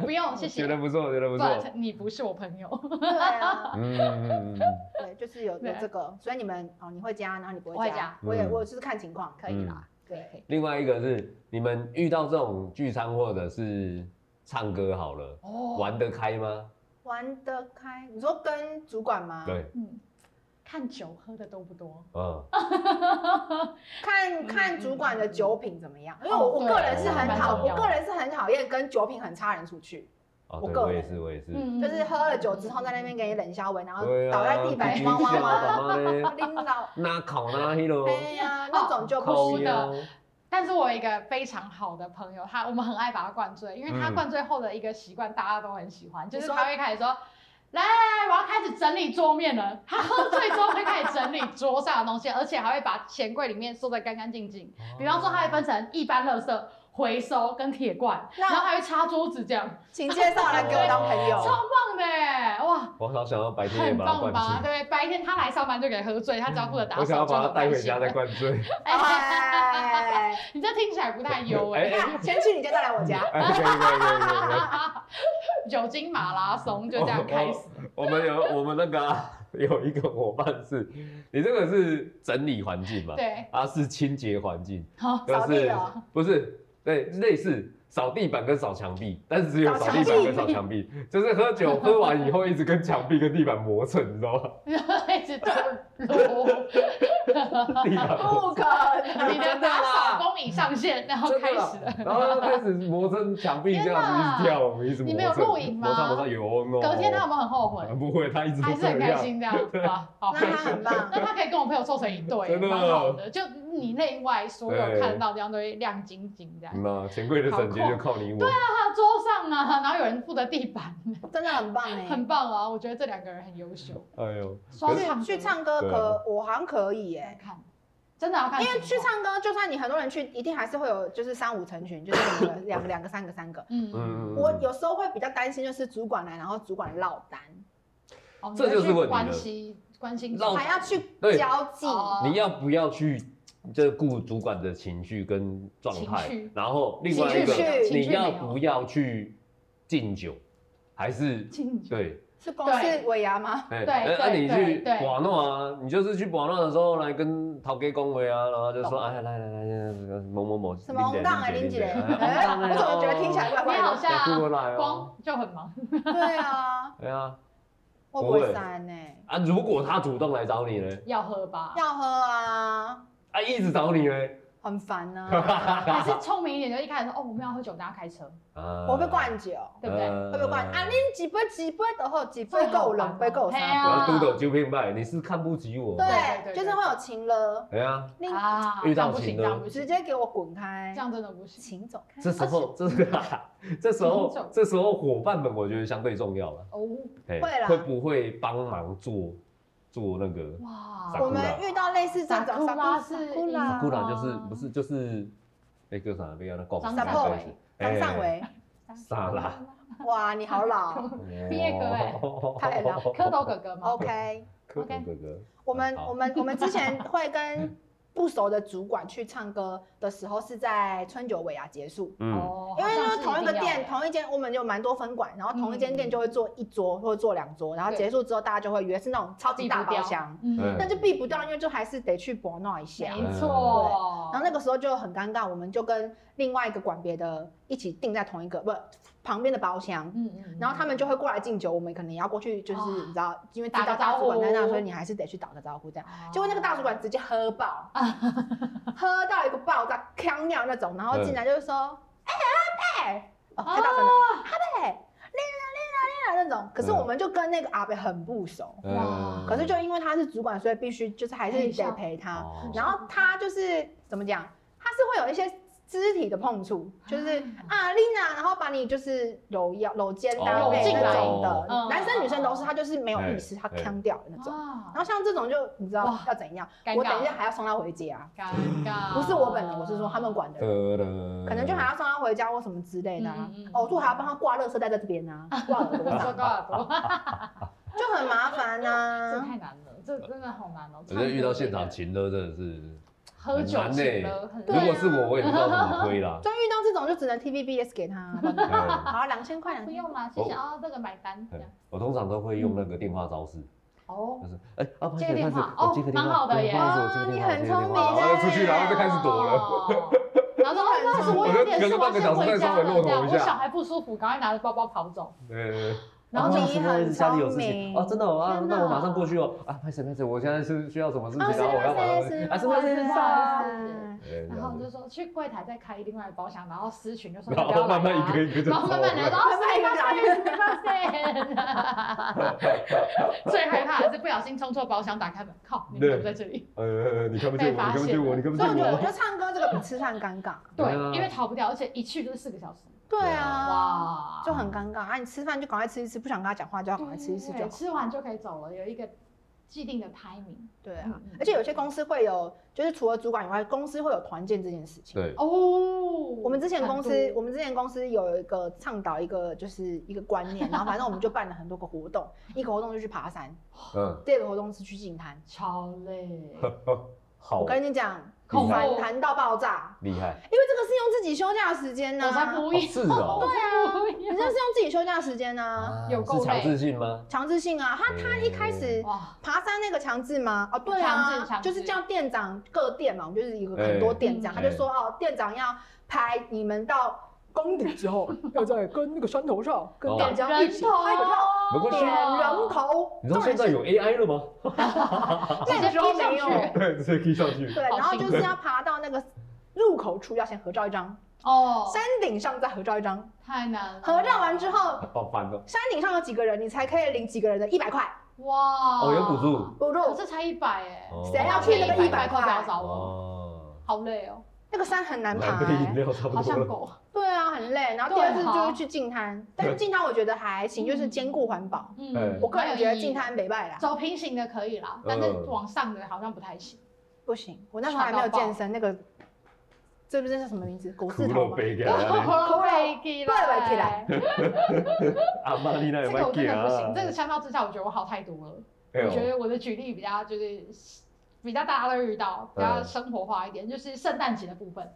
Speaker 4: 不用，谢
Speaker 5: 觉得
Speaker 4: 谢。
Speaker 5: 不错，觉得不错。
Speaker 4: But 你不是我朋友，
Speaker 6: 对啊，
Speaker 5: 嗯嗯，嗯嗯
Speaker 6: 对，就是有有
Speaker 4: 对啊
Speaker 6: 这个，所以你们哦，你会加，然后你不
Speaker 4: 我
Speaker 6: 会
Speaker 4: 会
Speaker 6: 加
Speaker 4: 加，
Speaker 6: 我也
Speaker 5: 嗯
Speaker 6: 我就是看情况，
Speaker 4: 可以啦，可以可以。
Speaker 5: 另外一个是你们遇到这种聚餐或者是唱歌好了，
Speaker 4: 哦，
Speaker 5: 玩得开吗？
Speaker 4: 啊
Speaker 6: 玩得开。你说跟主管吗？
Speaker 5: 对，
Speaker 4: 嗯，看酒喝的多不多。
Speaker 5: 嗯，
Speaker 4: 嗯
Speaker 6: 看看主管的酒品怎么样，因为我
Speaker 4: 哦
Speaker 6: 我
Speaker 4: 对
Speaker 6: 个人是
Speaker 5: 这
Speaker 6: 很
Speaker 5: 蛮
Speaker 6: 讨，
Speaker 5: 重
Speaker 6: 我
Speaker 5: 要
Speaker 6: 个人是很讨厌跟酒品很差的人出去，
Speaker 5: 哦，
Speaker 6: 我
Speaker 5: 对，
Speaker 6: 个
Speaker 5: 我也
Speaker 6: 人
Speaker 5: 是，我也是。
Speaker 4: 嗯
Speaker 6: 就是喝了酒之后在那边给你冷笑话，然后
Speaker 5: 对啊，
Speaker 6: 倒在地板
Speaker 5: 去
Speaker 6: 汪汪
Speaker 5: 笑
Speaker 6: 汪，
Speaker 5: 干嘛 呢
Speaker 6: 拎到，
Speaker 5: 那考那迄咯，
Speaker 6: 哎呀，那种就不
Speaker 5: 哦靠
Speaker 6: 行。
Speaker 5: 腰，
Speaker 4: 但是我有一个非常好的朋友，他我们很爱把他灌醉，因为他
Speaker 5: 嗯
Speaker 4: 灌醉后的一个习惯大家都很喜欢，就是
Speaker 6: 你说
Speaker 4: 他会开始说。来，我要开始整理桌面了。他喝醉之后会开始整理桌上的东西，而且还会把钱柜里面收得干干净净。
Speaker 5: 哦
Speaker 4: 比方说，它会分成一般垃圾、回收跟铁罐，
Speaker 6: 那
Speaker 4: 然后还会擦桌子这样，
Speaker 6: 请介绍来给我当朋
Speaker 5: 哦
Speaker 6: 友
Speaker 4: 超。棒的耶哇！
Speaker 5: 我好想要白天也
Speaker 4: 很
Speaker 5: 把它
Speaker 4: 棒
Speaker 5: 灌
Speaker 4: 吧？
Speaker 5: 醉，
Speaker 4: 对，白天他来上班就给喝醉，他只要负责打
Speaker 5: 我想
Speaker 4: 扫
Speaker 5: 要
Speaker 4: 就
Speaker 5: 把
Speaker 4: 很
Speaker 5: 它带
Speaker 4: 开
Speaker 5: 回
Speaker 4: 心
Speaker 5: 家再
Speaker 4: 了。
Speaker 5: 灌醉。
Speaker 4: 哎，
Speaker 6: 哎，
Speaker 4: 你这听起来不太优哎
Speaker 5: 哎
Speaker 6: 你。看，先去你家，再来 我家。
Speaker 5: 哎，可以可以可以可以。哦
Speaker 4: 酒精马拉松 就这样开始。
Speaker 5: 我们有我们那个啊、 有一个伙伴是，你这个是整理环境嘛？，
Speaker 4: 对，
Speaker 5: 啊是清洁环境，
Speaker 4: 好，
Speaker 5: 就
Speaker 6: 扫地
Speaker 5: 是
Speaker 6: 哦
Speaker 5: 不是对类似扫地板跟扫墙壁，但是只有
Speaker 6: 扫
Speaker 5: 扫地
Speaker 6: 墙
Speaker 5: 板跟扫墙壁，就是喝酒喝完以后一直跟墙壁跟地板磨蹭，你知道吗？
Speaker 4: 一直走路，哦
Speaker 5: 地板磨
Speaker 6: 不可 能，
Speaker 4: 你的打扫功已上线，然后
Speaker 5: 真的
Speaker 4: 开
Speaker 5: 啦
Speaker 4: 始了。
Speaker 5: 然后他开始磨蹭墙壁，这样
Speaker 4: 天
Speaker 5: 子
Speaker 4: 哪
Speaker 5: 一直跳舞，一直
Speaker 4: 你
Speaker 5: 磨
Speaker 4: 们
Speaker 5: 蹭。
Speaker 4: 有录影吗
Speaker 5: 摩擦摩擦有哦，no 啊
Speaker 4: 隔天他有没有很后悔？
Speaker 5: 哦不会，他一直都
Speaker 4: 还是很
Speaker 5: 这
Speaker 4: 开
Speaker 5: 样。
Speaker 4: 心这样，哇，好
Speaker 6: 那
Speaker 4: 开
Speaker 6: 他
Speaker 4: 心。
Speaker 6: 很棒。
Speaker 4: 那他可以跟我朋友凑成一对，
Speaker 5: 真的啊
Speaker 4: 蛮好的。就你内外所有看到这样都会亮晶晶这样。
Speaker 5: 那嗯啊钱柜的整洁就靠你我。
Speaker 4: 他的桌上啊，然后有人负责地板，
Speaker 6: 真的很棒 哎、
Speaker 4: 很棒啊！我觉得这两个人很优秀。
Speaker 5: 哎呦，
Speaker 4: 双
Speaker 5: 是
Speaker 4: 唱
Speaker 6: 去去
Speaker 4: 歌
Speaker 6: 唱歌
Speaker 5: 对啊
Speaker 6: 可我好像可以哎、
Speaker 4: 看，真的要看情
Speaker 6: 因
Speaker 4: 况，
Speaker 6: 为去唱歌，就算你很多人去，一定还是会有就是三五成群，就是两个两个两个三个三个。
Speaker 4: 嗯，嗯
Speaker 5: 嗯，
Speaker 6: 我有时候会比较担心，就是主管来，然后主管落单，
Speaker 4: 哦
Speaker 5: 这就
Speaker 4: 你
Speaker 5: 是
Speaker 4: 要去
Speaker 5: 问题
Speaker 4: 关
Speaker 5: 了
Speaker 4: 心关心
Speaker 5: 让
Speaker 6: 还要去
Speaker 5: 对
Speaker 6: 交际，
Speaker 4: 哦
Speaker 5: 你要不要去就是顾主管的情绪跟状态
Speaker 4: 情绪？
Speaker 5: 然后另外一
Speaker 6: 情绪
Speaker 5: 个，
Speaker 6: 情
Speaker 5: 你
Speaker 4: 绪
Speaker 5: 要
Speaker 4: 没有
Speaker 5: 不要去敬酒？还是
Speaker 4: 敬酒。
Speaker 5: 对，
Speaker 6: 是公司尾牙吗？
Speaker 5: 哎，
Speaker 4: 对
Speaker 5: 哎那
Speaker 4: 对
Speaker 5: 你
Speaker 4: 对
Speaker 5: 去
Speaker 4: 对
Speaker 5: 玩弄啊，你就是去玩弄的时候来跟陶哥恭维啊，然后就说
Speaker 4: 懂
Speaker 5: 哎，来来来，这个某某某，
Speaker 6: 什么红当哎，林姐，
Speaker 5: 哎
Speaker 6: 哎
Speaker 5: 红
Speaker 6: 我
Speaker 5: 档
Speaker 6: 怎么觉得听起来
Speaker 5: 哦
Speaker 6: 怪怪
Speaker 4: 你好
Speaker 6: 的？
Speaker 5: 过
Speaker 4: 像
Speaker 5: 来哦，
Speaker 4: 啊光就很忙，
Speaker 6: 对 啊，
Speaker 5: 对啊，
Speaker 6: 我
Speaker 5: 不
Speaker 6: 不
Speaker 5: 会
Speaker 6: 会删呢、
Speaker 5: 啊，如果他主动来找你呢，
Speaker 4: 要喝吧？
Speaker 6: 要喝啊，
Speaker 5: 啊，一直找你呢，
Speaker 6: 很烦 啊，
Speaker 4: 还 是聪明一点，就一开始说哦，我们要喝酒，大家开车，
Speaker 5: 啊
Speaker 6: 我被灌酒，
Speaker 4: 对不对？
Speaker 6: 会被
Speaker 5: 呃
Speaker 6: 灌啊，恁几杯几杯的后几杯够冷，杯够
Speaker 4: 嘿
Speaker 6: 三
Speaker 4: 啊
Speaker 5: 我要督导纠偏派，你是看不起我。
Speaker 6: 对，
Speaker 4: 对对对
Speaker 6: 就是会有情了，
Speaker 5: 哎呀，
Speaker 6: 你
Speaker 4: 啊，
Speaker 5: 遇
Speaker 4: 这样
Speaker 5: 到
Speaker 4: 不行，
Speaker 5: 情
Speaker 4: 这
Speaker 5: 呢
Speaker 4: 样不
Speaker 6: 直
Speaker 4: 行，
Speaker 6: 接给我滚开
Speaker 4: 这，样真的不行。
Speaker 6: 请走开。
Speaker 5: 这时候， 这是这时
Speaker 4: 挺
Speaker 5: 候
Speaker 4: 重，
Speaker 5: 这时候伙伴们，我觉得相对重要了。
Speaker 4: 哦，
Speaker 5: 哎
Speaker 6: 嗯会啦
Speaker 5: 会不会帮忙做做那个？
Speaker 4: 哇，
Speaker 5: 傻
Speaker 6: 我
Speaker 5: 姑
Speaker 6: 们
Speaker 5: 啦
Speaker 6: 遇到类似这种
Speaker 4: 傻姑啦是
Speaker 6: 傻姑啦
Speaker 4: 啊
Speaker 5: 姑娘就是不是就是那个啥，那个那
Speaker 4: 张
Speaker 5: 啥
Speaker 6: 尚
Speaker 5: 东西
Speaker 4: 伟
Speaker 6: 张尚，伟，
Speaker 5: 傻啦，
Speaker 6: 哇，你好 老
Speaker 5: 哎哦
Speaker 4: 毕业歌哎
Speaker 6: 太老
Speaker 4: 蝌蚪哥哥吗？
Speaker 6: ，OK。
Speaker 5: 蝌蚪哥哥，
Speaker 6: 我们
Speaker 5: 好
Speaker 6: 我们我们之前会跟不熟的主管去唱歌的时候是在春酒尾牙结束，
Speaker 5: 嗯，
Speaker 4: 哦，
Speaker 6: 因为就是同一个店
Speaker 4: 一
Speaker 6: 同一间，我们有蛮多分馆，然后同一间
Speaker 4: 嗯
Speaker 6: 店就会坐一桌或者坐两桌，然后
Speaker 4: 对
Speaker 6: 结束之后大家就会约是那种超级
Speaker 4: 定
Speaker 6: 大
Speaker 4: 要
Speaker 6: 包厢，，
Speaker 4: 嗯
Speaker 5: 嗯
Speaker 6: 但就避不掉，因为就还是得去博闹一下。
Speaker 4: 没错。
Speaker 6: 然后那个时候就很尴尬，我们就跟另外一个管别的一起订在同一个不旁边的包厢，
Speaker 4: 嗯嗯，
Speaker 6: 然后他们就会过来敬酒，我们可能也要过去，就是
Speaker 4: 哦
Speaker 6: 你知道，因为
Speaker 4: 打
Speaker 6: 知道
Speaker 4: 个招
Speaker 6: 大主管在那，
Speaker 4: 呼
Speaker 6: 所以你还是得去打个招呼这样。
Speaker 4: 哦
Speaker 6: 结果那个大主管直接喝爆，喝到一个爆炸，呛尿那种，然后进来就是说：“哎、阿贝，哦，太大声了，阿贝，练啊练啊练啊那种。”可是
Speaker 5: 嗯
Speaker 6: 我们就跟那个阿贝很不熟，
Speaker 5: 嗯
Speaker 6: 可是就因为他是主管，所以必须就是还是
Speaker 4: 陪
Speaker 6: 得
Speaker 4: 笑
Speaker 6: 陪他。
Speaker 5: 哦
Speaker 6: 然后他就是怎么讲，他是会有一些肢体的碰触，就是啊丽娜，然后把你就是揉腰、揉肩搭背
Speaker 4: 哦进
Speaker 6: 那
Speaker 4: 来
Speaker 6: 种的，
Speaker 4: 嗯
Speaker 6: 男生女生都是，他就是没有意识，
Speaker 5: 哎
Speaker 6: 他腔掉的那种。
Speaker 4: 啊
Speaker 6: 然，后像这种就你知道
Speaker 4: 哇
Speaker 6: 要怎样，
Speaker 4: 尴
Speaker 6: 我等一下
Speaker 4: 尬，
Speaker 6: 还要送他回家、啊，
Speaker 4: 尴尬，
Speaker 6: 不是我本人，我是说他们管的人，可
Speaker 5: 可
Speaker 6: 能就还要送他回家或什么之类的、啊
Speaker 4: 嗯嗯嗯，
Speaker 6: 呕吐还要帮他挂热色带在这边啊，挂耳朵
Speaker 4: 我
Speaker 6: 啊，
Speaker 4: 说高耳朵，
Speaker 6: 就很麻烦
Speaker 4: 这
Speaker 6: 呐、啊。
Speaker 4: 太难了，这真的好难哦。
Speaker 5: 我觉得遇到现场情乐真的是，
Speaker 4: 喝酒请了，很
Speaker 6: 对啊
Speaker 5: 如果是我，我也不知道怎么推 啦。
Speaker 6: 就遇到这种就只能 TVBS 给他，
Speaker 5: 嗯
Speaker 6: 好两千块，两
Speaker 4: 不
Speaker 6: 千。
Speaker 4: 用啦，谢
Speaker 5: 哦
Speaker 4: 谢啊，这个买单这
Speaker 5: 对
Speaker 4: 样。
Speaker 5: 我通常都会用那个电话招式，
Speaker 4: 哦
Speaker 5: 就，是哎，啊，不好意
Speaker 4: 接
Speaker 5: 思
Speaker 4: 个电
Speaker 5: 不
Speaker 4: 话
Speaker 5: 好意思我
Speaker 4: 哦
Speaker 5: 接个电话，
Speaker 4: 蛮好的耶
Speaker 5: 不好意思我接啊个电话，
Speaker 6: 哦
Speaker 5: 我接个
Speaker 6: 你很
Speaker 5: 电话
Speaker 6: 聪明欸
Speaker 5: 然后就出
Speaker 6: 耶
Speaker 5: 去，然后就开始躲了。
Speaker 4: 了。然后说，不好意思，我有点事，我要先回家了。这样，我小孩不舒服，赶快拿着包包跑走。
Speaker 5: 呃，
Speaker 4: 然后
Speaker 5: 哦
Speaker 4: 就
Speaker 5: 什么
Speaker 6: 很
Speaker 5: 家里有事
Speaker 6: 聪
Speaker 5: 情
Speaker 6: 明
Speaker 5: 哦，真的哦啊，
Speaker 4: 天哪
Speaker 5: 那我马上过去哦啊，拍谁拍谁，我现在是需要什么事情，
Speaker 6: 哦
Speaker 4: 啊
Speaker 5: 然后我要马上过去啊，是不
Speaker 4: 不
Speaker 5: 是？
Speaker 4: 好意思
Speaker 5: 对
Speaker 4: 然
Speaker 5: 这
Speaker 4: 后
Speaker 5: 样
Speaker 4: 我就
Speaker 5: 子
Speaker 4: 说去柜台再开另外的包厢，然后私群就说
Speaker 5: 然
Speaker 4: 不要来
Speaker 5: 后慢慢
Speaker 4: 啊
Speaker 5: 一个一个就
Speaker 4: 然后慢慢来，
Speaker 5: 走
Speaker 4: 然后谁发现谁发现，最害怕的是不小心冲错包厢，打开门，靠，你们怎么在这里？
Speaker 5: 呃，你看不
Speaker 4: 被
Speaker 5: 见我，
Speaker 4: 发
Speaker 5: 你看
Speaker 4: 现
Speaker 5: 不见我，
Speaker 4: 了
Speaker 5: 你看不
Speaker 6: 所以我
Speaker 5: 见
Speaker 6: 觉得，我觉
Speaker 5: 我。
Speaker 6: 得唱歌这个比吃饭尴尬。
Speaker 4: 对
Speaker 5: 对啊，
Speaker 4: 因为逃不掉，而且一去就是四个小时，
Speaker 6: 对啊，
Speaker 4: 哇，
Speaker 6: 就很尴尬啊！你吃饭就赶快吃一吃，不想跟他讲话就要赶快吃一吃就
Speaker 4: 对
Speaker 6: 好。
Speaker 4: 吃完就可以走了，有一个既定的 timing。
Speaker 6: 对啊
Speaker 4: 嗯嗯，
Speaker 6: 而且有些公司会有，就是除了主管以外，公司会有团建这件事情。
Speaker 5: 对，
Speaker 4: 哦，我
Speaker 6: 我们之前公司，我们之前公司有一个倡导一个就是一个观念，然后反正我们就办了很多个活动，一个活动就去爬山，
Speaker 4: 哦
Speaker 5: 嗯，
Speaker 6: 第二个活动是去净滩。
Speaker 4: 超累，
Speaker 5: 好
Speaker 6: 我跟你讲，
Speaker 5: 恐怖
Speaker 6: 反弹到爆炸，
Speaker 5: 厉害，
Speaker 6: 因为这个是用自己休假的时间呢、
Speaker 4: 我 才不
Speaker 5: 哦
Speaker 4: 要，
Speaker 5: 是 哦，
Speaker 4: 啊
Speaker 6: 你这是用自己休假的时间呢、
Speaker 5: 啊嗯
Speaker 4: 有够
Speaker 5: 是强
Speaker 4: 累
Speaker 5: 制性吗？
Speaker 6: 强制性啊，他他一开始
Speaker 4: 哇，
Speaker 6: 爬山那个强制吗？哦，对
Speaker 4: 强制
Speaker 6: 啊，
Speaker 4: 强制
Speaker 6: 就是叫店长各店嘛，我们就是有个很多店这样，
Speaker 4: 哎
Speaker 6: 他就说哦，店长要拍你们到宫顶之 后，要在跟那个山头上跟
Speaker 5: 哦
Speaker 6: 大家一
Speaker 4: 人
Speaker 6: 起
Speaker 4: 头啊
Speaker 6: 拍个照，
Speaker 5: 没关系
Speaker 6: 点人头，
Speaker 5: 你知道现在有 AI 了吗？
Speaker 6: 那个时候没有
Speaker 4: 直接贴上去
Speaker 5: 对， 直接 key 上去。
Speaker 6: 对，
Speaker 4: 好
Speaker 6: 然后
Speaker 4: 辛苦
Speaker 6: 就是要爬到那个入口处要先合照一张，
Speaker 4: 哦，
Speaker 6: 山顶上再合照一张，
Speaker 4: 太难了，
Speaker 6: 合照完之后，
Speaker 5: 好烦哦！
Speaker 6: 山顶上有几个人，你才可以领几个人的一百块
Speaker 4: 哇，
Speaker 5: 哦，有补助
Speaker 6: 补助。
Speaker 4: 可是才一百哎，
Speaker 5: 哦
Speaker 6: 谁要去那个
Speaker 4: 一
Speaker 6: 一百
Speaker 4: 不要
Speaker 6: 块？
Speaker 4: 找我，
Speaker 5: 哦，
Speaker 4: 好累哦，
Speaker 6: 那个山很难爬、
Speaker 5: 买杯饮
Speaker 6: 欸，
Speaker 5: 料差不
Speaker 4: 好
Speaker 5: 多
Speaker 4: 像
Speaker 5: 了。
Speaker 4: 狗，
Speaker 6: 对啊，很累。然后第
Speaker 4: 对
Speaker 6: 二次就
Speaker 4: 好
Speaker 6: 是去净滩，但是净滩我觉得还行，就是兼顾环保。
Speaker 5: 哎
Speaker 4: 嗯
Speaker 6: 我个人觉得
Speaker 4: 蛮有
Speaker 6: 净。
Speaker 4: 意义
Speaker 6: 滩北拜啦，
Speaker 4: 走平行的可以啦，但是往上的好像不太行。
Speaker 6: 不行，我那时候还没有健身，那个这不是叫什么名字？狗字
Speaker 5: 骷
Speaker 6: 头
Speaker 5: 髅
Speaker 6: 吗？
Speaker 5: 杯
Speaker 4: 啊
Speaker 5: 给
Speaker 4: 起
Speaker 6: 对起来，
Speaker 5: 阿玛丽娜
Speaker 4: 这个
Speaker 5: 也买
Speaker 4: 我真
Speaker 5: 给
Speaker 4: 的
Speaker 5: 啊哎
Speaker 4: 不行，这个相较之下，我觉得我好太多了。我觉得我的举例比较就是比较大家都会遇到，比较生活化一点，就是圣诞节的部分，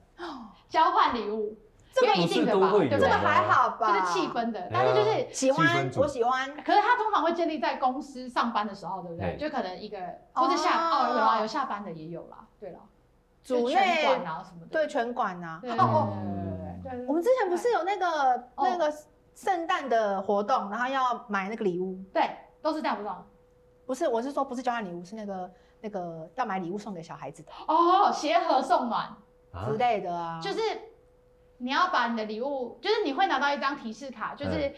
Speaker 4: 交换礼物，
Speaker 5: 这个
Speaker 4: 因为一定的吧，
Speaker 5: 不是都会有
Speaker 4: 对
Speaker 6: 这
Speaker 4: 不
Speaker 6: 个
Speaker 4: 对？
Speaker 5: 吗
Speaker 6: 还好吧？
Speaker 4: 就是气。氛的，但是就是。
Speaker 6: 喜
Speaker 5: 气
Speaker 6: 欢
Speaker 5: 氛，组
Speaker 6: 我喜欢。
Speaker 4: 可是它通常会建立在公司上班的时候，对不对？
Speaker 5: 对
Speaker 4: 就可能一个或者下
Speaker 6: 哦
Speaker 4: 哦有啊有下班的也有啦，对啦，
Speaker 6: 组
Speaker 4: 就
Speaker 6: 内
Speaker 4: 拳馆啊什么的，
Speaker 6: 对拳馆啊，
Speaker 4: 对对对
Speaker 6: 哦哦，
Speaker 4: 对对对。
Speaker 6: 我们之前不是有那个
Speaker 4: 哦
Speaker 6: 那个圣诞的活动，然后要买那个礼物。
Speaker 4: 对都是这样，不懂
Speaker 6: 不是，我是说不是交换礼物，是那个那个要买礼物送给小孩子的
Speaker 4: 哦，协和送暖
Speaker 5: 啊
Speaker 6: 之类的啊，
Speaker 4: 就是你要把你的礼物，就是你会拿到一张提示卡，就是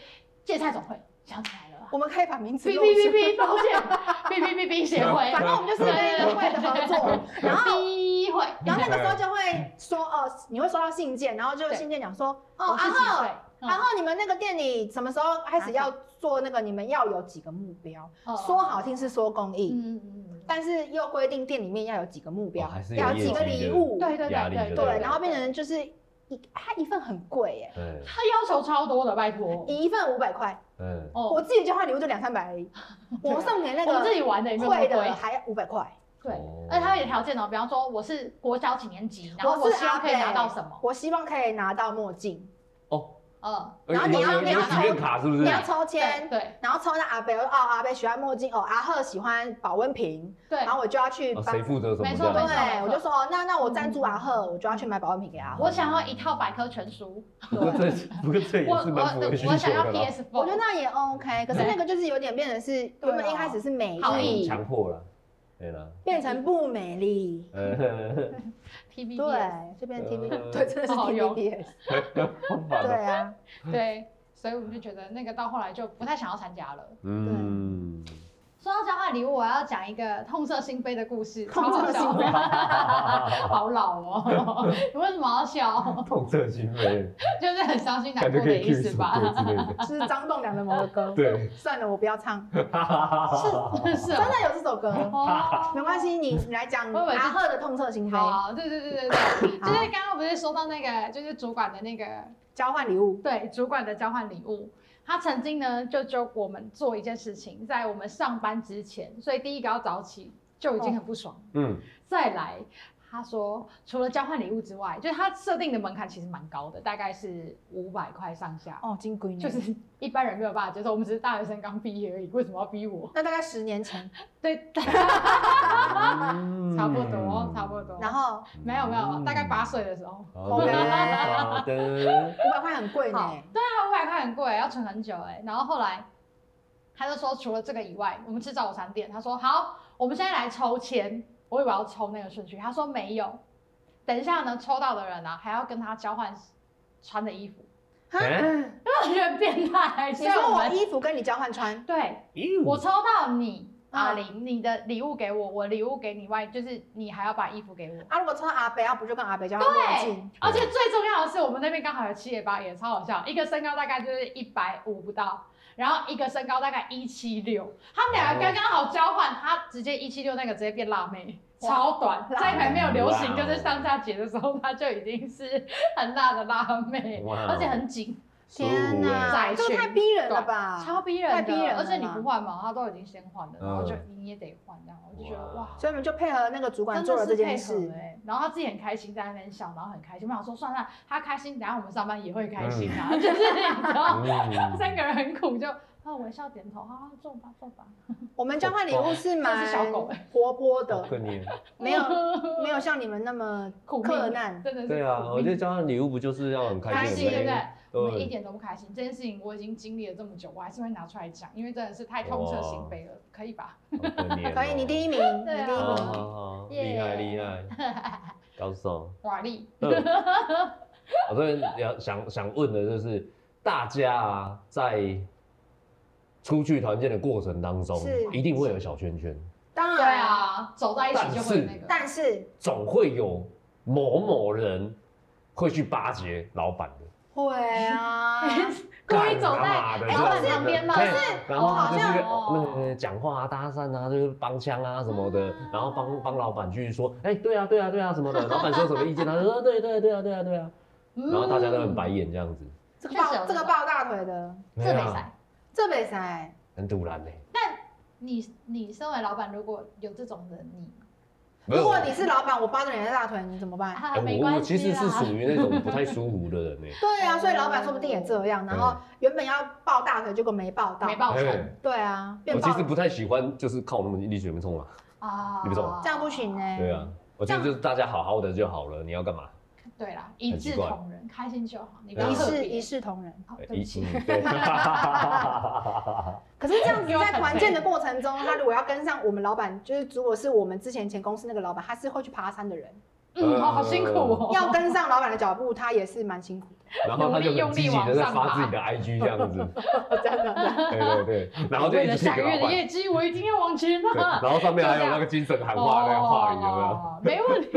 Speaker 4: 芥菜总会想起来了。
Speaker 6: 我们可以把名字
Speaker 4: 哔
Speaker 6: 露
Speaker 4: 哔
Speaker 6: 出
Speaker 4: 哔哔，抱歉，哔哔哔哔协会，
Speaker 6: 反正我们就是跟议会的合作， 然后。
Speaker 4: 哔会，
Speaker 6: 然后那个时候就
Speaker 5: 嗯
Speaker 6: 会说哦，你会收到信件，然后就信件讲说哦，
Speaker 4: 我
Speaker 6: 然
Speaker 4: 是几
Speaker 6: 后
Speaker 4: 岁？
Speaker 6: 然后你们那个店里什么时候开始要做那个？你们要有几个目标？
Speaker 4: 嗯
Speaker 6: 说好听，是说公益，
Speaker 4: 嗯嗯嗯，
Speaker 6: 但是又规定店里面要有几个目标
Speaker 5: 哦还，是有
Speaker 6: 要
Speaker 5: 业
Speaker 6: 几个
Speaker 5: 绩
Speaker 6: 礼
Speaker 5: 的
Speaker 6: 物，
Speaker 4: 对对
Speaker 5: 压力
Speaker 4: 对
Speaker 5: 就
Speaker 6: 对
Speaker 5: 对，
Speaker 6: 然后变成就是一它一份很贵耶，
Speaker 5: 嗯
Speaker 4: 他要求超多的，拜托。
Speaker 6: 一份五百块。
Speaker 5: 嗯，
Speaker 4: 哦
Speaker 6: 哎
Speaker 4: 啊
Speaker 6: 我自己交换礼物就两三 百而已，我送给那
Speaker 4: 我们自
Speaker 6: 个
Speaker 4: 己玩的也没有那么
Speaker 6: 会的
Speaker 4: 贵，
Speaker 6: 还五百块，
Speaker 4: 对
Speaker 5: 哦，
Speaker 4: 而且它有条件哦，比方说我是国小几年级，然后我希望可以拿到什么，
Speaker 6: 我希望可以拿到墨镜，
Speaker 5: 哦，
Speaker 4: 嗯，
Speaker 6: 然后你要
Speaker 5: 有
Speaker 6: 你要
Speaker 5: 有体验卡是不是啊
Speaker 6: 你？要抽
Speaker 4: 对
Speaker 6: 签，
Speaker 4: 对
Speaker 6: 然后抽到阿北，我说哦阿北喜欢墨镜，哦阿赫喜欢保温瓶，
Speaker 4: 对
Speaker 6: 然，后我就要去
Speaker 5: 哦
Speaker 6: 帮，
Speaker 5: 谁负责什么
Speaker 4: 没
Speaker 5: 这
Speaker 4: 错
Speaker 5: 样子？
Speaker 4: 没
Speaker 6: 对，
Speaker 4: 错
Speaker 6: 我就说哦那那我赞助阿赫，我就要去买保温瓶给阿赫。
Speaker 4: 嗯我想要一套百科全书，
Speaker 5: 不过这不过这也
Speaker 4: 我
Speaker 5: 是蛮符合需
Speaker 4: 我我
Speaker 5: 求
Speaker 4: 想要
Speaker 5: 的啦，
Speaker 4: PS4，
Speaker 6: 我觉得那也 OK，可是
Speaker 4: 对
Speaker 6: 那个就是有点变成是
Speaker 4: 对啊
Speaker 6: 原本一开始是美
Speaker 4: 好
Speaker 6: 丽，
Speaker 5: 强迫了，对了，
Speaker 6: 变成不美丽，
Speaker 5: 呃，
Speaker 4: TVB
Speaker 6: 对，就变成 T V，
Speaker 5: 呃
Speaker 6: 对，真的是
Speaker 4: 好
Speaker 6: T
Speaker 4: 用
Speaker 6: V B S，
Speaker 5: 好烦
Speaker 6: 对
Speaker 5: 哦
Speaker 6: 啊，
Speaker 4: 对，所以我们就觉得那个到后来就不太想要参加了。
Speaker 5: 嗯，
Speaker 4: 说到交换礼物，我要讲一个痛彻心扉的故事，
Speaker 6: 痛
Speaker 4: 超好
Speaker 6: 彻心
Speaker 4: 笑的
Speaker 6: 扉
Speaker 4: 好老哦！你为什么要笑？
Speaker 5: 痛彻心扉，
Speaker 4: 就是很伤心难
Speaker 5: 感觉
Speaker 4: 过
Speaker 5: 可
Speaker 4: 的
Speaker 5: 以
Speaker 4: 意
Speaker 5: Q
Speaker 4: 思
Speaker 5: 死
Speaker 4: 吧？
Speaker 5: 对之类的，
Speaker 6: 是张栋梁的某个歌，
Speaker 5: 对，
Speaker 6: 算了，我不要唱。
Speaker 5: 哈哈哈哈哈
Speaker 4: 是
Speaker 6: 真
Speaker 4: 哦，
Speaker 6: 的有这首 歌，
Speaker 4: 哦
Speaker 6: 没关。系，你你来讲
Speaker 4: 我以为是
Speaker 6: 阿赫的痛彻心扉，
Speaker 4: 好，对对对对对，就是刚刚不是说到那个，就是主管的那个，
Speaker 6: 交换礼物，
Speaker 4: 对，主管的交换礼物。他曾经呢，就就我们做一件事情，在我们上班之前，所以第一个要早起就已经很不爽了。
Speaker 5: 嗯，
Speaker 4: 再来，他说除了交换礼物之外，就是他设定的门槛其实蛮高的，大概是五百块上下，
Speaker 6: 哦，金龟
Speaker 4: 就是一般人没有办法接受。我们只是大学生刚毕业而已，为什么要逼我？
Speaker 6: 那大概十年前，
Speaker 4: 对，
Speaker 5: 嗯
Speaker 4: 差不多，差不多。
Speaker 6: 然后
Speaker 4: 没有没有，
Speaker 5: 嗯
Speaker 4: 大概八岁的时候，
Speaker 5: 好的，好的，
Speaker 6: 五百块很贵
Speaker 4: 好
Speaker 6: 呢，
Speaker 4: 欸对啊，五百块很贵，要存很久哎、然后后来他就说除了这个以外，我们去早餐店。他说好，我们现在来抽签。我以为要抽那个顺序，他说没有。等一下呢，抽到的人啊，还要跟他交换穿的衣服，
Speaker 5: 哎，
Speaker 4: 我觉得变态。
Speaker 6: 你
Speaker 4: 所以
Speaker 6: 说我
Speaker 4: 们
Speaker 6: 衣服跟你交换 穿，
Speaker 4: 对
Speaker 5: 咦
Speaker 4: 我抽到你
Speaker 6: 啊
Speaker 4: 阿玲，你的礼物给我，我礼物给你外，就是你还要把衣服给我。
Speaker 6: 啊，如果抽到阿北，要不就跟阿北交换墨镜，
Speaker 4: 而且最重要的是，我们那边刚好有七也八也超好笑，一个身高大概就是一百五不到，然后一个身高大概一七六，他们两个刚刚好交换，他直接一七六那个直接变辣妹，
Speaker 6: 哇
Speaker 4: 超短，
Speaker 6: 辣妹
Speaker 4: 在还没有流行
Speaker 5: 哇
Speaker 4: 就
Speaker 5: 哦
Speaker 4: 是上下节的时候，她就已经是很辣的辣妹，
Speaker 5: 哇哦
Speaker 4: 而且很紧，
Speaker 6: 天哪，
Speaker 4: 窄
Speaker 6: 这个
Speaker 4: 裙
Speaker 6: 太逼人了吧！
Speaker 4: 超逼人的，
Speaker 6: 太逼人了
Speaker 4: 而且你
Speaker 6: 啦
Speaker 4: 不换嘛，她都已经先换了，然后就
Speaker 5: 嗯
Speaker 4: 你也得换，这样我就觉得
Speaker 5: 哇
Speaker 4: 哇。
Speaker 6: 所以我们就配合那个主管
Speaker 4: 真
Speaker 6: 做
Speaker 4: 的
Speaker 6: 了
Speaker 4: 是
Speaker 6: 这
Speaker 4: 配
Speaker 6: 件
Speaker 4: 合
Speaker 6: 事。
Speaker 4: 哎、然后他自己很开心，在那边笑，然后很开心。我想说，算了，他开心，等下我们上班也会开心啊， 就是你知道，
Speaker 5: 嗯
Speaker 4: 三个人很苦就。啊，微笑点头，啊，中吧，中吧。
Speaker 6: 我们交换礼物
Speaker 4: 这
Speaker 6: 是蛮
Speaker 4: 是小狗欸哦
Speaker 6: 活泼
Speaker 5: 好
Speaker 6: 的，
Speaker 5: 可怜。
Speaker 6: 没有没有像你们那么
Speaker 4: 苦命
Speaker 6: 克难。
Speaker 4: 真的是
Speaker 5: 对啊，
Speaker 4: 苦
Speaker 5: 我觉得
Speaker 4: 命
Speaker 5: 交换礼物不就是要很
Speaker 4: 开
Speaker 5: 开
Speaker 4: 心，
Speaker 5: 心，
Speaker 4: 对不对？我们一
Speaker 5: 对，
Speaker 4: 点都不开心。这件事情我已经经历了这么久，我还是会拿出来讲，因为真的是太痛彻心扉了，可以吧？
Speaker 5: 好可怜哦。
Speaker 6: 可以，你第
Speaker 5: 一，
Speaker 6: 一名，你
Speaker 4: 对啊
Speaker 6: 第一
Speaker 5: 好
Speaker 6: 名。
Speaker 5: 好好，
Speaker 4: 耶
Speaker 5: 厉害厉 害，高手。
Speaker 4: 瓦力，
Speaker 5: 嗯我这边要想想问的就是，大家啊在出去团建的过程当中
Speaker 6: 是，
Speaker 5: 一定会有小圈圈，
Speaker 6: 当
Speaker 4: 对
Speaker 6: 然，
Speaker 4: 啊，走在一起就会有那个。
Speaker 6: 嗯但是
Speaker 5: 总会有某某人会去巴结老板的。
Speaker 6: 会啊，
Speaker 4: 故意走
Speaker 5: 干嘛
Speaker 4: 在
Speaker 5: 的
Speaker 4: 老板旁边吗？
Speaker 5: 对
Speaker 4: 是，
Speaker 5: 然后
Speaker 4: 哦
Speaker 5: 他就是
Speaker 4: 好
Speaker 5: 那
Speaker 4: 像
Speaker 5: 个讲话啊、搭讪啊，就是帮腔啊什么的
Speaker 4: 啊，
Speaker 5: 然后帮帮老板去说，哎，对啊，对啊，对啊什么 的，老板说什么意见，他说对对对啊，对啊，对啊，
Speaker 4: 嗯
Speaker 5: 然后大家都很白眼这样子，
Speaker 6: 这个
Speaker 4: 确实有
Speaker 6: 抱
Speaker 4: 这
Speaker 6: 这个
Speaker 4: 个
Speaker 6: 抱大腿的，
Speaker 4: 这
Speaker 5: 对
Speaker 4: 没
Speaker 5: 啊
Speaker 4: 塞。
Speaker 6: 这没塞。
Speaker 5: 很堵然呢。
Speaker 4: 你你身为老板，如果有这种人，你
Speaker 6: 如果你是老板，我扒着你的大腿，你怎么办？
Speaker 4: 啊
Speaker 5: 哎
Speaker 4: 没
Speaker 5: 我我
Speaker 4: 关
Speaker 5: 其
Speaker 4: 系
Speaker 5: 实是
Speaker 4: 啦。
Speaker 5: 属于那种不太舒服的 人呢。
Speaker 6: 对啊，所以老板说不定也这样，然后原本要抱大腿，结果没抱到，
Speaker 4: 没抱成
Speaker 5: 哎
Speaker 6: 对啊，
Speaker 5: 我
Speaker 6: 变
Speaker 5: 其
Speaker 6: 抱
Speaker 5: 实不太喜欢，就是靠那么力气没冲啊。
Speaker 4: 啊
Speaker 5: 你不懂
Speaker 6: 这样不行
Speaker 4: 哎
Speaker 6: 呢。
Speaker 5: 对啊，我觉得就是大家好好的就好了，你要干嘛？
Speaker 4: 对啦，一
Speaker 5: 很
Speaker 4: 致
Speaker 5: 奇怪
Speaker 4: 同仁，开心就好，你不
Speaker 5: 对啊
Speaker 4: 要
Speaker 6: 一
Speaker 4: 特
Speaker 6: 视
Speaker 4: 别
Speaker 6: 一视同仁。
Speaker 4: 好
Speaker 5: 哎
Speaker 4: 对不起，
Speaker 5: 嗯对
Speaker 6: 可是这样子，
Speaker 4: 又
Speaker 6: 在
Speaker 4: 很
Speaker 6: 团
Speaker 4: 累
Speaker 6: 建的过程中，他如果要跟上我们老板，就是如果是我们之前前公司那个老板，他是会去爬山的人，
Speaker 4: 嗯，好好辛苦哦。
Speaker 6: 要跟上老板的脚步，他也是蛮辛苦 的。
Speaker 5: 然后他就很积极的在发自己的 IG 这样 子，
Speaker 4: 哦
Speaker 6: 真的，
Speaker 5: 对对对， 然后就
Speaker 4: 为
Speaker 5: 一
Speaker 4: 了
Speaker 5: 直
Speaker 4: 下
Speaker 5: 给
Speaker 4: 个
Speaker 5: 老
Speaker 4: 月的
Speaker 5: 板，
Speaker 4: 业绩，我一定要往前
Speaker 5: 对，
Speaker 4: 啊！
Speaker 5: 然后上面还有那个精神喊话那个话语，有没有？
Speaker 4: 哦没问题，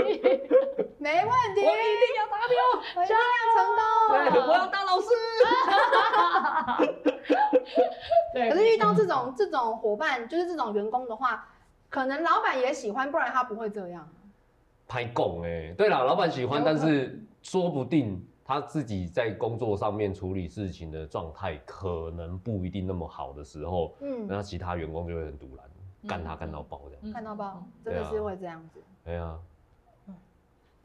Speaker 6: 没问题，
Speaker 4: 我一定要达标。
Speaker 6: 加油成
Speaker 4: 对
Speaker 6: 功。
Speaker 4: 我要
Speaker 5: 当老师。
Speaker 4: 对，
Speaker 6: 可是遇到这种这种伙伴，就是这种员工的话，可能老板也喜欢，不然他不会这样。
Speaker 5: 拍供哎，对啦，老板喜欢，
Speaker 4: 有可
Speaker 5: 但
Speaker 4: 能
Speaker 5: 是说不定他自己在工作上面处理事情的状态可能不一定那么好的时候，
Speaker 6: 嗯，
Speaker 5: 那其他员工就会很堵然，干他干到爆这样。
Speaker 4: 嗯
Speaker 6: 看到吧，真
Speaker 5: 对
Speaker 6: 的
Speaker 5: 啊
Speaker 6: 是会这样子。
Speaker 5: 哎呀，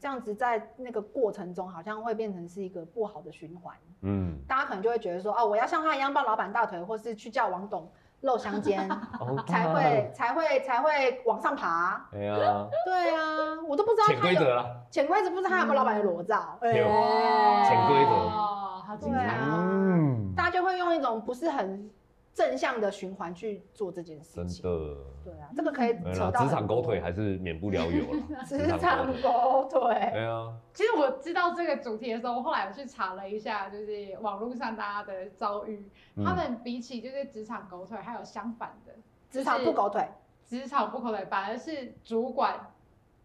Speaker 6: 这样子在那个过程中，好像会变成是一个不好的循环。
Speaker 5: 嗯
Speaker 6: 大家可能就会觉得说，哦，我要像他一样抱老板大腿，或是去叫王董露香肩，
Speaker 5: 哦
Speaker 6: 才会才会才会往上爬。
Speaker 5: 哎呀，
Speaker 6: 对啊，我都不知道
Speaker 5: 潜
Speaker 6: 他
Speaker 5: 规则
Speaker 6: 有
Speaker 5: 啦，
Speaker 6: 潜规则，不知道他有没有老板的裸照。
Speaker 5: 有
Speaker 6: 哎
Speaker 5: 潜规则
Speaker 4: 嗯哦，好精
Speaker 6: 对
Speaker 4: 彩
Speaker 6: 啊
Speaker 4: 哦。
Speaker 5: 嗯，
Speaker 6: 大家就会用一种不是很正向的循环去做这件事
Speaker 5: 真
Speaker 6: 情。
Speaker 5: 的。
Speaker 6: 对啊，这个可以
Speaker 5: 哎
Speaker 6: 扯
Speaker 5: 呀，
Speaker 6: 到
Speaker 5: 职场
Speaker 6: 很
Speaker 5: 狗
Speaker 6: 多
Speaker 5: 腿还是免不了有啦。
Speaker 6: 职场
Speaker 5: 狗腿，
Speaker 6: 狗腿，
Speaker 5: 哎呀，
Speaker 4: 其实我知道这个主题的时候，我后来我去查了一下，就是网络上大家的遭遇，
Speaker 5: 嗯
Speaker 4: 他们比起就是职场狗腿，还有相反的，
Speaker 6: 职场不狗腿。
Speaker 4: 职场不狗腿，反而是主管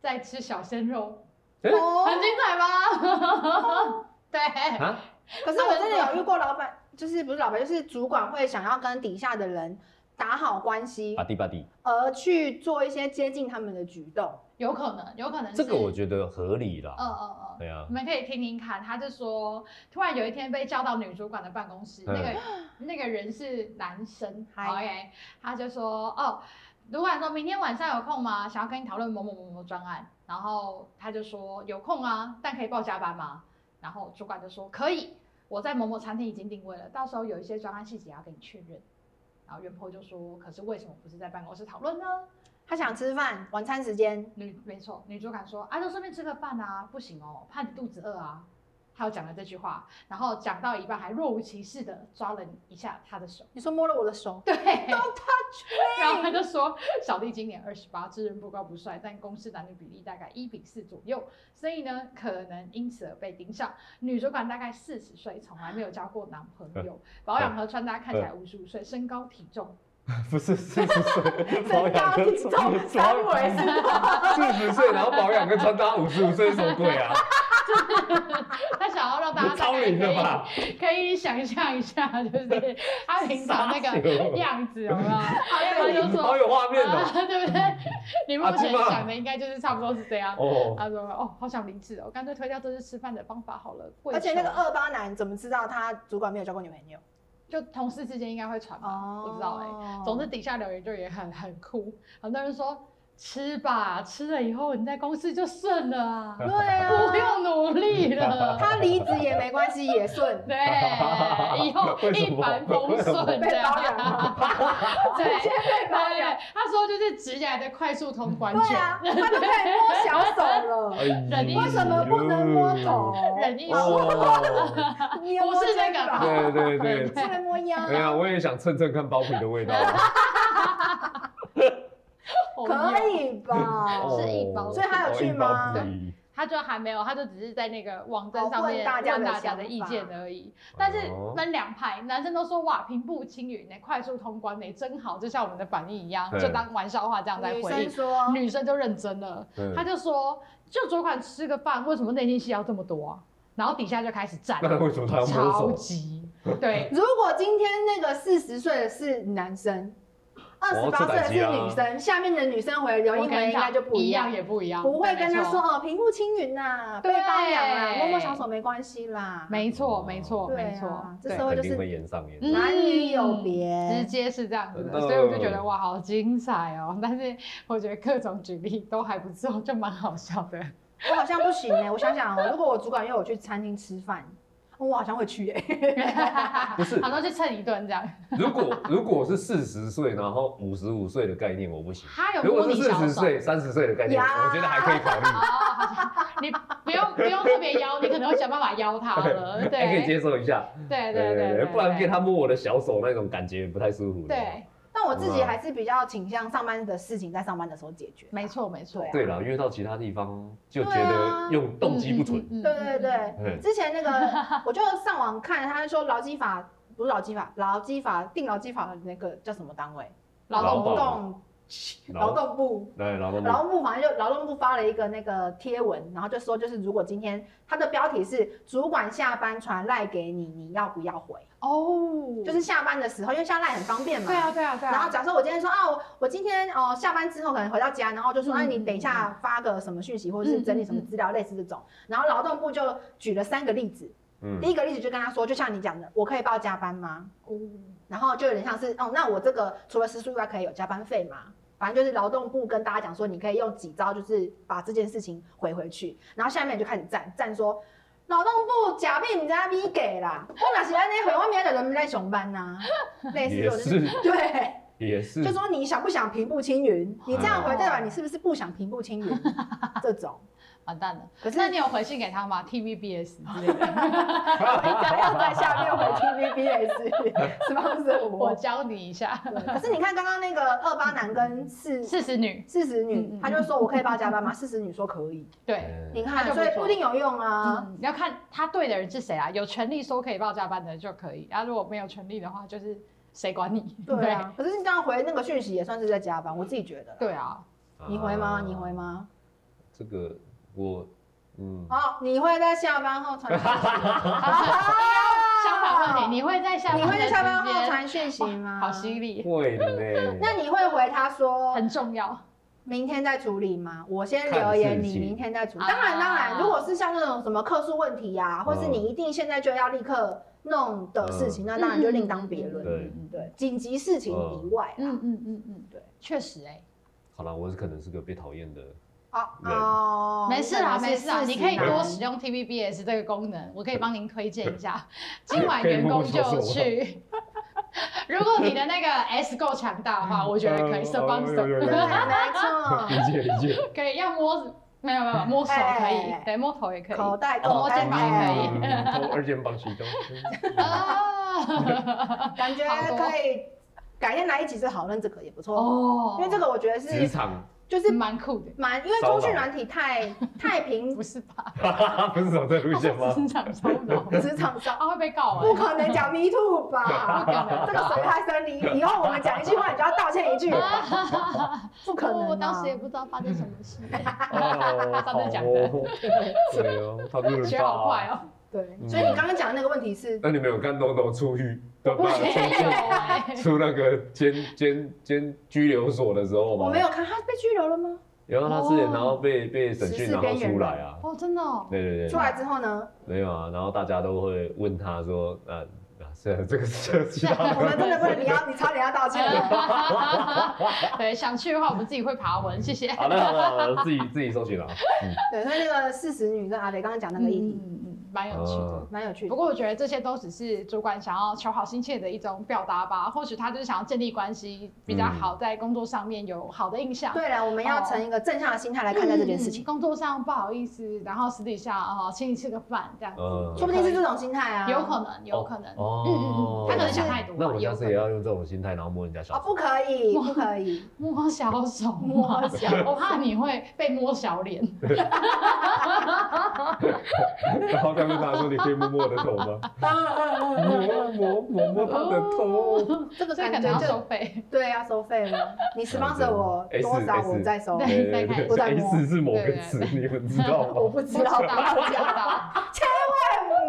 Speaker 4: 在吃小鲜肉，
Speaker 5: 哎
Speaker 6: 哦，
Speaker 4: 很精彩吧？ 对，
Speaker 5: 啊，
Speaker 6: 可是我真的有遇过老板，就是不是老板，就是主管会想要跟底下的人打好关系
Speaker 5: 巴，蒂巴蒂，
Speaker 6: 而去做一些接近他们的举动。
Speaker 4: 有可能，有可能是
Speaker 5: 这个我觉得合理
Speaker 4: 嗯
Speaker 5: 啦。
Speaker 4: 嗯嗯。
Speaker 5: 哎呀
Speaker 4: 你，们可以听听看，他就说，突然有一天被叫到女主管的办公室，那个那个人是男生
Speaker 6: 嗨
Speaker 4: ，OK，他就说，哦，主管说明天晚上有空吗？想要跟你讨论某某某某专案，然后他就说有空啊，但可以报加班吗？然后主管就说可以，我在某某餐厅已经定位了，到时候有一些专案细节要跟你确认。然后袁婆就说，可是为什么不是在办公室讨论呢？
Speaker 6: 他想吃饭，晚餐时间，
Speaker 4: 女没错，女主管说啊，就顺便吃个饭啊，不行哦，怕你肚子饿啊。他有讲了这句话，然后讲到一半还若无其事的抓了一下他的手，
Speaker 6: 你说摸了我的手，
Speaker 4: 对，Don't touch me。然后他就说，小弟今年二十八，这人不高不帅，但公司男女比例大概一比四左右，所以呢，可能因此而被盯上。女主管大概四十岁，从来没有交过男朋友，
Speaker 5: 嗯
Speaker 4: 保养和穿搭看起来五十五岁，身高体重
Speaker 5: 不是四十岁保
Speaker 6: 身高
Speaker 5: 养跟
Speaker 6: 体重三围 是
Speaker 5: 四十岁，然后保养跟穿搭五十五岁，什么鬼啊？
Speaker 4: 他想要让大家大
Speaker 5: 超
Speaker 4: 概
Speaker 5: 龄的吧？
Speaker 4: 可以可以想象一下，就是他平常那个样子，有没有？
Speaker 6: 好
Speaker 4: 他就说
Speaker 5: 好有画面
Speaker 4: 啊
Speaker 5: 哦！
Speaker 4: 对不 对？你目前
Speaker 5: 啊对吧
Speaker 4: 想的应该就是差不多是这样。
Speaker 5: 哦，
Speaker 4: 他说：“哦，好想离职哦，干脆推掉这次吃饭的方法好了。跪
Speaker 6: 而啊且那个呃
Speaker 4: 求
Speaker 6: 二八男怎么知道他主管没有交过女朋友？
Speaker 4: 就同事之间应该会传吧，不知道哎、
Speaker 6: 哎
Speaker 4: 总之底下留言就也很很酷，很多人说吃吧，吃了以后你在公司就顺了啊，
Speaker 6: 对啊，
Speaker 4: 不用努力了。
Speaker 6: 他离职也没关系，也 顺。
Speaker 4: 对，以后
Speaker 5: 为什
Speaker 4: 一
Speaker 5: 么
Speaker 4: 帆风 顺
Speaker 6: 被
Speaker 4: 这
Speaker 6: 包养
Speaker 4: 样。
Speaker 6: 了，
Speaker 4: 啊 对
Speaker 6: 直接被 包
Speaker 4: 对
Speaker 6: 养。，
Speaker 4: 他说就是指甲的快速通关
Speaker 6: 对
Speaker 4: 键，
Speaker 6: 啊，他都可以摸小手了，
Speaker 5: 哎呦
Speaker 6: 为什么不能摸头？
Speaker 4: 忍一时。
Speaker 5: 哦，
Speaker 6: 你有摸
Speaker 4: 啊 不是那个
Speaker 6: 肩膀
Speaker 5: 对对对，
Speaker 6: 不能摸腰。
Speaker 5: 哎呀，我也想蹭蹭看包皮的味道。
Speaker 6: 可以 吧？
Speaker 4: 哦是一包
Speaker 5: 哦
Speaker 6: 所以他有去
Speaker 5: 哦
Speaker 6: 吗
Speaker 5: 一包皮
Speaker 4: 他就还没有，他就只是在那个网站
Speaker 6: 哦
Speaker 4: 上面
Speaker 6: 问大家
Speaker 4: 的
Speaker 6: 的想
Speaker 4: 意
Speaker 6: 法
Speaker 4: 见而已。但是
Speaker 5: 哦
Speaker 4: 分两派，男生都说哇平步青云呢，快速通关呢，欸真好，就像我们的反应一样，
Speaker 5: 对
Speaker 4: 就当玩笑话这样在回
Speaker 6: 女
Speaker 4: 应
Speaker 6: 生。说，
Speaker 4: 女生就认真了，
Speaker 5: 嗯
Speaker 4: 她就说就主管吃个饭，为什么内心戏要这么多啊？然后底下就开始站，
Speaker 5: 那为什么他要
Speaker 4: 超
Speaker 5: 摸手？
Speaker 4: 级对。
Speaker 6: 如果今天那个四十岁的是男生，二十
Speaker 5: 哦
Speaker 6: 八
Speaker 5: 这
Speaker 6: 岁的
Speaker 5: 等级
Speaker 6: 是
Speaker 5: 啊
Speaker 6: 女生，下面的女生回留
Speaker 4: 我
Speaker 6: 言
Speaker 4: 跟
Speaker 6: 回
Speaker 4: 你
Speaker 6: 应该
Speaker 4: 讲
Speaker 6: 就不
Speaker 4: 一
Speaker 6: 一
Speaker 4: 样，
Speaker 6: 样。
Speaker 4: 也不一样，
Speaker 6: 不会跟他
Speaker 4: 没错
Speaker 6: 说哦，平步青云呐，被
Speaker 4: 对
Speaker 6: 包养啦，摸摸小手没关系啦。
Speaker 4: 没错，没错，
Speaker 6: 对啊
Speaker 4: 没错，
Speaker 6: 这
Speaker 4: 对
Speaker 6: 社会
Speaker 5: 肯
Speaker 6: 就是
Speaker 5: 定会延上延
Speaker 4: 嗯
Speaker 5: 上。
Speaker 6: 男女有别，
Speaker 4: 直接是这样子的，
Speaker 5: 真的
Speaker 4: 所以我就觉得哇，好精彩哦！但是我觉得各种举例都还不错，就蛮好笑的。
Speaker 6: 我好像不行哎、我想想哦，如果我主管约我去餐厅吃饭，我好像会去哎、
Speaker 5: 不是
Speaker 4: 好像就蹭一顿这样。
Speaker 5: 如果如果是四十岁，然后五十五岁的概念我不行。
Speaker 4: 他有
Speaker 5: 如
Speaker 4: 摸
Speaker 5: 果
Speaker 4: 你
Speaker 5: 是四
Speaker 4: 小
Speaker 5: 十
Speaker 4: 手，
Speaker 5: 岁、三十岁的概念，
Speaker 6: 呀
Speaker 5: 我觉得还可以考
Speaker 4: 哦
Speaker 5: 虑，
Speaker 4: 好像你不用不用特别邀，你可能会想办法邀他了。对，
Speaker 5: 还可以接受一下。
Speaker 4: 对对对对，
Speaker 5: 不然给
Speaker 4: 对
Speaker 5: 他摸我的小手那种感觉不太舒服。
Speaker 4: 对，
Speaker 6: 但我自己还是比较倾向上班的事情在上班的时候解决。
Speaker 4: 没错没错
Speaker 6: 对，
Speaker 5: 对了，约到其他地方就觉
Speaker 6: 对
Speaker 5: 得
Speaker 6: 啊
Speaker 5: 用动机不纯。
Speaker 4: 嗯
Speaker 6: 对对对
Speaker 5: 嗯
Speaker 6: 对，之前那 个我就上网看，他说劳基法不是劳基法，劳基法定劳基法的那个叫什么单位？
Speaker 4: 老
Speaker 5: 劳
Speaker 4: 公
Speaker 5: 保
Speaker 6: 动劳动部。
Speaker 5: 来，劳动部
Speaker 6: 劳动部反正就劳动部发了一个那个贴文，然后就说就是如果今天它的标题是主管下班传赖给你，你要不要回？
Speaker 4: 哦，
Speaker 6: 就是下班的时候，因为下赖很方便嘛。
Speaker 4: 对啊对啊对啊，
Speaker 6: 然后假设我今天说啊，我我今天哦、呃下班之后可能回到家，然后就说，
Speaker 4: 嗯
Speaker 6: 那、啊、你等一下发个什么讯息，或者是整理什么资料，类似这种。然后劳动部就举了三个例子，
Speaker 5: 嗯
Speaker 6: 第一个例子就跟他说，就像你讲的，我可以报加班吗？
Speaker 4: 哦
Speaker 6: 然后就有点像是哦，那我这个除了时数以外，可以有加班费吗？反正就是劳动部跟大家讲说，你可以用几招，就是把这件事情回回去。然后下面就开始站站说，劳动部假币你在逼给啦，我哪是安尼回，我明仔就人在上 班呐、类似这
Speaker 5: 也
Speaker 6: 种就是
Speaker 5: 是
Speaker 6: 对。
Speaker 5: 也是
Speaker 4: 嗯
Speaker 6: 就，说你想不想平步青云？你这样回
Speaker 4: 哦
Speaker 6: 代表你是不是不想平步青 云？这种，
Speaker 4: 完蛋了。
Speaker 6: 可是
Speaker 4: 那你有回信给他吗？TVBS 之类的，
Speaker 6: 我应该要在 下面回 TVBS 是方是
Speaker 4: 我
Speaker 6: 我。
Speaker 4: 教你一下。
Speaker 6: 对可是你看刚刚那个二八男跟四
Speaker 4: 四十女，
Speaker 6: 四十
Speaker 4: 嗯
Speaker 6: 女
Speaker 4: 嗯，
Speaker 6: 他就说我可以报加班吗？四十女说可以，
Speaker 4: 对，
Speaker 5: 嗯
Speaker 6: 你
Speaker 4: 他就不
Speaker 6: 看，所以
Speaker 4: 说
Speaker 6: 哦不一定有用啊。
Speaker 4: 嗯，要看他对的人是谁啊，有权利说可以报加班的就可以，啊，如果没有权利的话，就是谁管你？
Speaker 6: 对啊，可是你这样回那个讯息也算是在加班，我自己觉得。
Speaker 4: 对，对啊，
Speaker 6: 你回吗？
Speaker 5: 啊
Speaker 6: 你回？吗？
Speaker 5: 这个我嗯，
Speaker 6: 哦，你会在下班后传 讯息
Speaker 4: 啊 相反问你，你会在下班
Speaker 6: 你会在下班
Speaker 4: 的时
Speaker 6: 后
Speaker 4: 间
Speaker 6: 传讯息吗？
Speaker 4: 好犀利，
Speaker 5: 会呢。
Speaker 6: 那你会回他说
Speaker 4: 很重要。
Speaker 6: 明天再处理吗？我先
Speaker 5: 看
Speaker 6: 留言，
Speaker 5: 事
Speaker 6: 你
Speaker 5: 情
Speaker 6: 明天再处理。
Speaker 4: 啊
Speaker 6: 当然，当然，如果是像那种什么客诉问题呀、啊，或是
Speaker 5: 嗯
Speaker 6: 你一定现在就要立刻弄的事
Speaker 4: 嗯
Speaker 6: 情，那当然就另当别论。嗯
Speaker 5: 对
Speaker 6: 对，紧急事情以外啊啦
Speaker 4: 嗯嗯嗯嗯，对，确实哎，
Speaker 5: 好了，我是可能是个被讨厌的，
Speaker 6: 好
Speaker 5: 对
Speaker 6: 哦，
Speaker 4: 没事啦，没事啦，
Speaker 6: 啊，
Speaker 4: 你可以
Speaker 5: 男
Speaker 4: 多使用 TVBS 这个功能，我可以帮您推荐一 下。今晚
Speaker 5: 可以
Speaker 4: 员工
Speaker 5: 摸摸
Speaker 4: 就
Speaker 5: 手吗
Speaker 4: 去。 如果你的那个 S 够强大的话，我觉得可以 s
Speaker 5: 呃
Speaker 4: p o n
Speaker 5: 有有有
Speaker 6: 对，
Speaker 5: 有
Speaker 6: 没错。
Speaker 5: 理解理解。
Speaker 4: 可以要摸没有没有，摸手可以
Speaker 6: 哎，
Speaker 4: 对，摸头也可以。
Speaker 6: 口袋
Speaker 4: 哦
Speaker 6: 口袋
Speaker 4: 肩膀也可以
Speaker 6: 哎
Speaker 5: 嗯头二肩膀启动。
Speaker 4: 啊，
Speaker 6: 感觉
Speaker 4: 好多
Speaker 6: 可以改天来一集是讨论这个也不错，
Speaker 4: 哦，
Speaker 6: 因为这个我觉得
Speaker 5: 职
Speaker 6: 是
Speaker 5: 场
Speaker 6: 就是
Speaker 4: 蛮酷的，
Speaker 6: 蛮，因为
Speaker 5: 骚
Speaker 6: 通讯
Speaker 5: 扰
Speaker 6: 软体太太 平
Speaker 4: 不是吧？哦
Speaker 5: 不是走这路线吗？
Speaker 4: 职场骚扰，
Speaker 6: 职场上，
Speaker 4: 他会被告
Speaker 6: 不
Speaker 4: 哎。
Speaker 6: 可能讲 me too
Speaker 4: 不可
Speaker 6: 吧？
Speaker 4: 能
Speaker 6: 这个损害生理，以后我们讲一句话你就要道歉一句，不可能、啊。
Speaker 4: 啊我当时也不知道发生什么事，
Speaker 5: 哦，
Speaker 4: 上次讲的
Speaker 5: 好哦对哦，他真的
Speaker 4: 学
Speaker 5: 棒
Speaker 4: 好快
Speaker 5: 啊。
Speaker 4: 哦。
Speaker 6: 对，
Speaker 5: 嗯
Speaker 6: 所以你刚刚讲的那个问题是，
Speaker 5: 那你们有看东东出狱的吧？
Speaker 4: 没有哎
Speaker 5: 出，出那个监监监拘留所的时候吗？
Speaker 6: 我没有看他被拘留了吗？
Speaker 5: 然后他之前
Speaker 4: 哦
Speaker 5: 然后被被审讯，
Speaker 6: 14
Speaker 5: 然后
Speaker 6: 边缘
Speaker 5: 出
Speaker 6: 人
Speaker 5: 来啊。
Speaker 4: 哦，真的哦，
Speaker 5: 对对对，
Speaker 6: 出来之后呢？
Speaker 5: 没有啊，然后大家都会问他说，呃，啊，这这个是其他
Speaker 4: 嗯
Speaker 6: 我们真的不能，你要你差点要道歉了。
Speaker 4: 对，想去的话，我们自己会爬文，谢谢。
Speaker 5: 好的好的好的，自己自己收起来。嗯，
Speaker 6: 对，所以那个事实女跟阿雷刚刚讲那个议题，
Speaker 4: 嗯，蛮有趣的。
Speaker 5: 啊
Speaker 6: 蛮有趣
Speaker 4: 不
Speaker 6: 的。
Speaker 4: 过我觉得这些都只是主管想要求好心切的一种表达吧，或许他就是想要建立关系比
Speaker 5: 嗯
Speaker 4: 较好，在工作上面有好的印象。
Speaker 6: 对了，我们要
Speaker 4: 哦
Speaker 6: 成一个正向的心态来看待这件事
Speaker 4: 嗯
Speaker 6: 情，
Speaker 4: 工作上不好意思，然后私底下哦请你吃个饭这样子，
Speaker 5: 嗯
Speaker 6: 说不定是这种心态啊。
Speaker 4: 有可能，有可能，嗯嗯
Speaker 5: 哦
Speaker 4: 嗯，他可能想太多吧，
Speaker 5: 那我们
Speaker 4: 有
Speaker 5: 下
Speaker 4: 可
Speaker 5: 次
Speaker 4: 能
Speaker 5: 也要用这种心态，然后摸人家小
Speaker 6: 哦，
Speaker 5: 手
Speaker 6: 不可以，不可以。
Speaker 4: 摸小手，
Speaker 6: 摸小，
Speaker 4: 我怕你会被摸小脸，
Speaker 5: 然后再问他说：“你可以摸摸我的头吗？”摸摸摸摸他的头。
Speaker 6: 这个
Speaker 4: 所以可能
Speaker 6: 感觉
Speaker 4: 要
Speaker 6: 就
Speaker 4: 收费。
Speaker 6: 对，要收费了。你 sponsor 我
Speaker 5: 对哎
Speaker 6: 多少，
Speaker 5: S-
Speaker 6: 我再收。
Speaker 4: 对再看
Speaker 6: 不再摸
Speaker 5: S 是某
Speaker 4: 对
Speaker 5: 个
Speaker 4: 对
Speaker 5: 词，你们知道
Speaker 6: 我
Speaker 5: 吗？
Speaker 6: 不知道，
Speaker 4: 不知 道，不知道，
Speaker 6: 嗯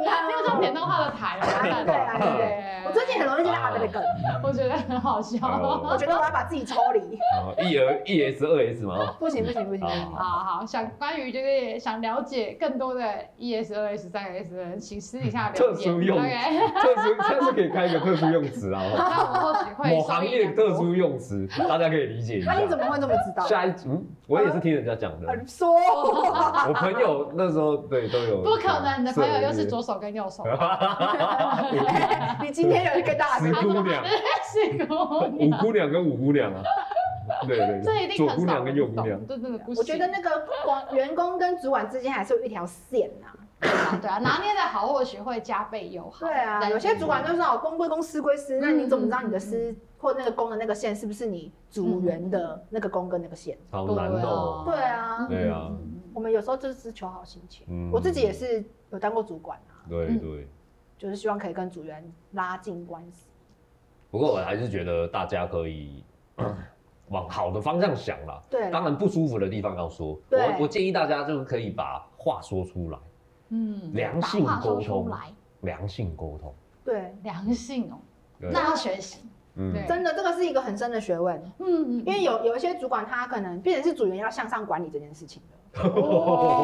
Speaker 6: 啊
Speaker 4: 你好像点到他的台了，
Speaker 6: 对
Speaker 4: 麻
Speaker 6: 对啊
Speaker 4: 烦
Speaker 6: 对
Speaker 4: 对
Speaker 6: 我最近很容易接到阿雷的梗，
Speaker 4: 我觉得很好笑。
Speaker 5: 哎呦
Speaker 6: 我觉得我要把自己抽离。
Speaker 5: 哦一而一 S 二 S 嘛。
Speaker 6: 不行不行不行，不行
Speaker 5: 好
Speaker 4: 好好，想关于就是想了解更多的 ES 二 S 三 E S 的人，请私底下留言。
Speaker 5: 特殊用
Speaker 4: OK，
Speaker 5: 特殊，下次可以开一个特殊用词啊，
Speaker 4: 那我或许会
Speaker 5: 某行业的
Speaker 4: 受益
Speaker 5: 特殊用词，大家可以理解一
Speaker 6: 那
Speaker 5: 下
Speaker 6: 你。怎么会这么知道？
Speaker 5: 下一集，嗯，我也是听人家讲的。
Speaker 6: 呃说我，
Speaker 5: 我朋友那时候对都有。
Speaker 4: 不可能，你的朋友又是
Speaker 5: 左。
Speaker 4: 左手跟右手，
Speaker 6: 哎你今天有一个大
Speaker 5: 十
Speaker 6: 师，
Speaker 5: 姑娘，
Speaker 4: 哎是 姑
Speaker 5: 五
Speaker 4: 娘，
Speaker 5: 姑娘跟五姑娘啊。对对
Speaker 4: 这一定
Speaker 5: 对，左
Speaker 4: 很
Speaker 5: 姑
Speaker 4: 少
Speaker 5: 娘跟
Speaker 4: 人
Speaker 5: 右
Speaker 4: 懂，
Speaker 5: 姑娘。
Speaker 4: 这真的不行。
Speaker 6: 我觉得那个广员工跟主管之间还是有一条线呐、
Speaker 4: 对啊，对啊，拿捏的好，或许会加倍友好。
Speaker 6: 对啊，
Speaker 4: 但
Speaker 6: 有些主管就说哦，公归公，私归私，那你怎么知道你的私或那个公的那个线是不是你组员的那个公跟那个线？
Speaker 5: 好
Speaker 4: 对啊
Speaker 5: 难哦、
Speaker 6: 对啊，
Speaker 5: 对啊
Speaker 4: 嗯
Speaker 6: 我们有时候就是求好心切。
Speaker 5: 嗯
Speaker 6: 我自己也是有当过主管啊，
Speaker 5: 对
Speaker 4: 嗯
Speaker 5: 对，
Speaker 6: 就是希望可以跟组员拉近关系。
Speaker 5: 不过我还是觉得大家可以嗯往好的方向想啦。
Speaker 6: 对啦
Speaker 5: 当然不舒服的地方要说。
Speaker 6: 对
Speaker 5: 我我建议大家就是可以把话说出来，
Speaker 4: 嗯
Speaker 5: 良性
Speaker 4: 把话说
Speaker 5: 沟
Speaker 4: 出
Speaker 5: 通
Speaker 4: 来，
Speaker 5: 良性沟通。
Speaker 6: 对，
Speaker 4: 良性哦，
Speaker 5: 对
Speaker 4: 那要学习。
Speaker 5: 嗯
Speaker 4: 对
Speaker 6: 真的这个是一个很深的学问，
Speaker 4: 嗯嗯，
Speaker 6: 因为有有一些主管他可能，变成是组员要向上管理这件事情的。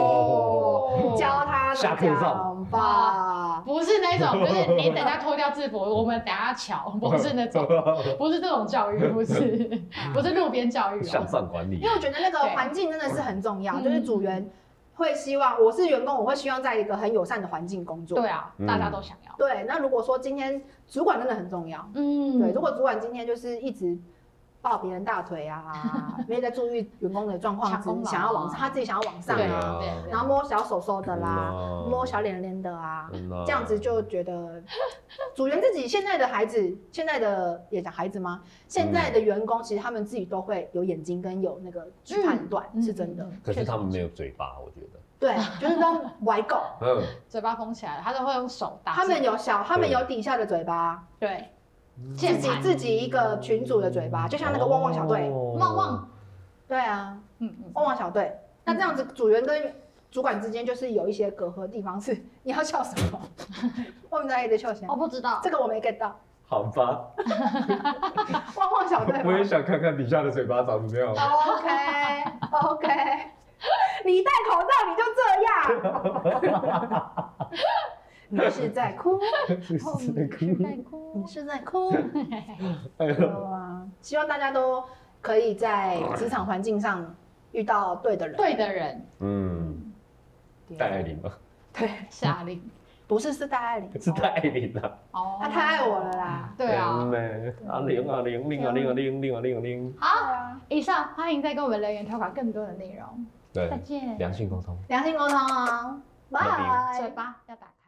Speaker 4: 哦
Speaker 6: 教他
Speaker 5: 下课上
Speaker 6: 讲吧。
Speaker 4: 不是那种，就是你等下脱掉制服，我们等下瞧，不是那种，不是这种教育，不 是，不是路边教育
Speaker 5: 向
Speaker 4: 哦。
Speaker 5: 上管理。
Speaker 6: 因为我觉得那个环境真的是很重要，
Speaker 4: 对
Speaker 6: 就是组员会希望我是员工，我会希望在一个很友善的环境工作。
Speaker 4: 对啊，大家都想要。
Speaker 6: 对，那如果说今天主管真的很重要，
Speaker 4: 嗯，
Speaker 6: 对，如果主管今天就是一直抱别人大 腿啊，没有在注意员工的状况
Speaker 4: 抢功劳
Speaker 6: 之，
Speaker 4: 啊
Speaker 6: 想要往他自己想要往上
Speaker 4: 对
Speaker 5: 啊
Speaker 6: 啊，
Speaker 4: 对对
Speaker 6: 然后摸小手手的啦，
Speaker 5: 嗯啊
Speaker 6: 摸小脸脸的啊，
Speaker 5: 嗯啊
Speaker 6: 这样子就觉得组员自己现在的孩子，现在的也讲孩子吗？现在的员工其实他们自己都会有眼睛跟有那个去判断，
Speaker 4: 嗯
Speaker 6: 是真的。
Speaker 4: 嗯嗯
Speaker 5: 可是他们没有嘴巴，我觉得。
Speaker 6: 对，就是都歪 狗，
Speaker 5: 嗯，
Speaker 4: 嘴巴封起来了，他都会用手打字。
Speaker 6: 他们有小，他们有底下的嘴巴，
Speaker 4: 对
Speaker 6: 自
Speaker 4: 键
Speaker 6: 己
Speaker 4: 盘
Speaker 6: 自己一个群主的嘴巴，就像那个汪汪小队。
Speaker 5: 哦
Speaker 4: 旺旺，
Speaker 6: 对啊，
Speaker 4: 嗯嗯，
Speaker 6: 汪汪小队。那这样子，组员跟主管之间就是有一些隔阂的地方是， 你要笑什 么？我们在一直笑什
Speaker 4: 我
Speaker 6: 么？
Speaker 4: 哦不知道
Speaker 6: 这，个我没 get 到，
Speaker 5: 好吧，
Speaker 6: 汪汪小队吗。
Speaker 5: 我也想看看底下的嘴巴长什么样。
Speaker 4: 哦
Speaker 6: OK OK，你戴口罩你就这样，你是在哭，
Speaker 5: 是哭
Speaker 4: 哦在哭
Speaker 6: 你。是在哭，
Speaker 5: 哎
Speaker 6: 对
Speaker 5: 呦
Speaker 6: 啊， 希望大家都可以在职场环境上遇到对的人，
Speaker 4: 对的人，哦
Speaker 5: 嗯，戴爱玲吗？
Speaker 6: 对，
Speaker 4: 夏令
Speaker 6: 不是，是戴爱玲，
Speaker 5: 是戴爱玲啊。
Speaker 4: 哦
Speaker 6: 他太爱我了啦。
Speaker 4: 对啊。
Speaker 5: 嗯欸啊玲啊玲玲啊玲啊玲玲啊玲啊玲。
Speaker 6: 对
Speaker 4: 好，
Speaker 6: 啊，
Speaker 4: 以上欢迎再跟我们留言投稿更多的内容。
Speaker 5: 对
Speaker 4: 再，见。
Speaker 5: 良性沟通。
Speaker 6: 良性沟通哦，
Speaker 5: 那
Speaker 6: 拜。
Speaker 4: 嘴巴要打开。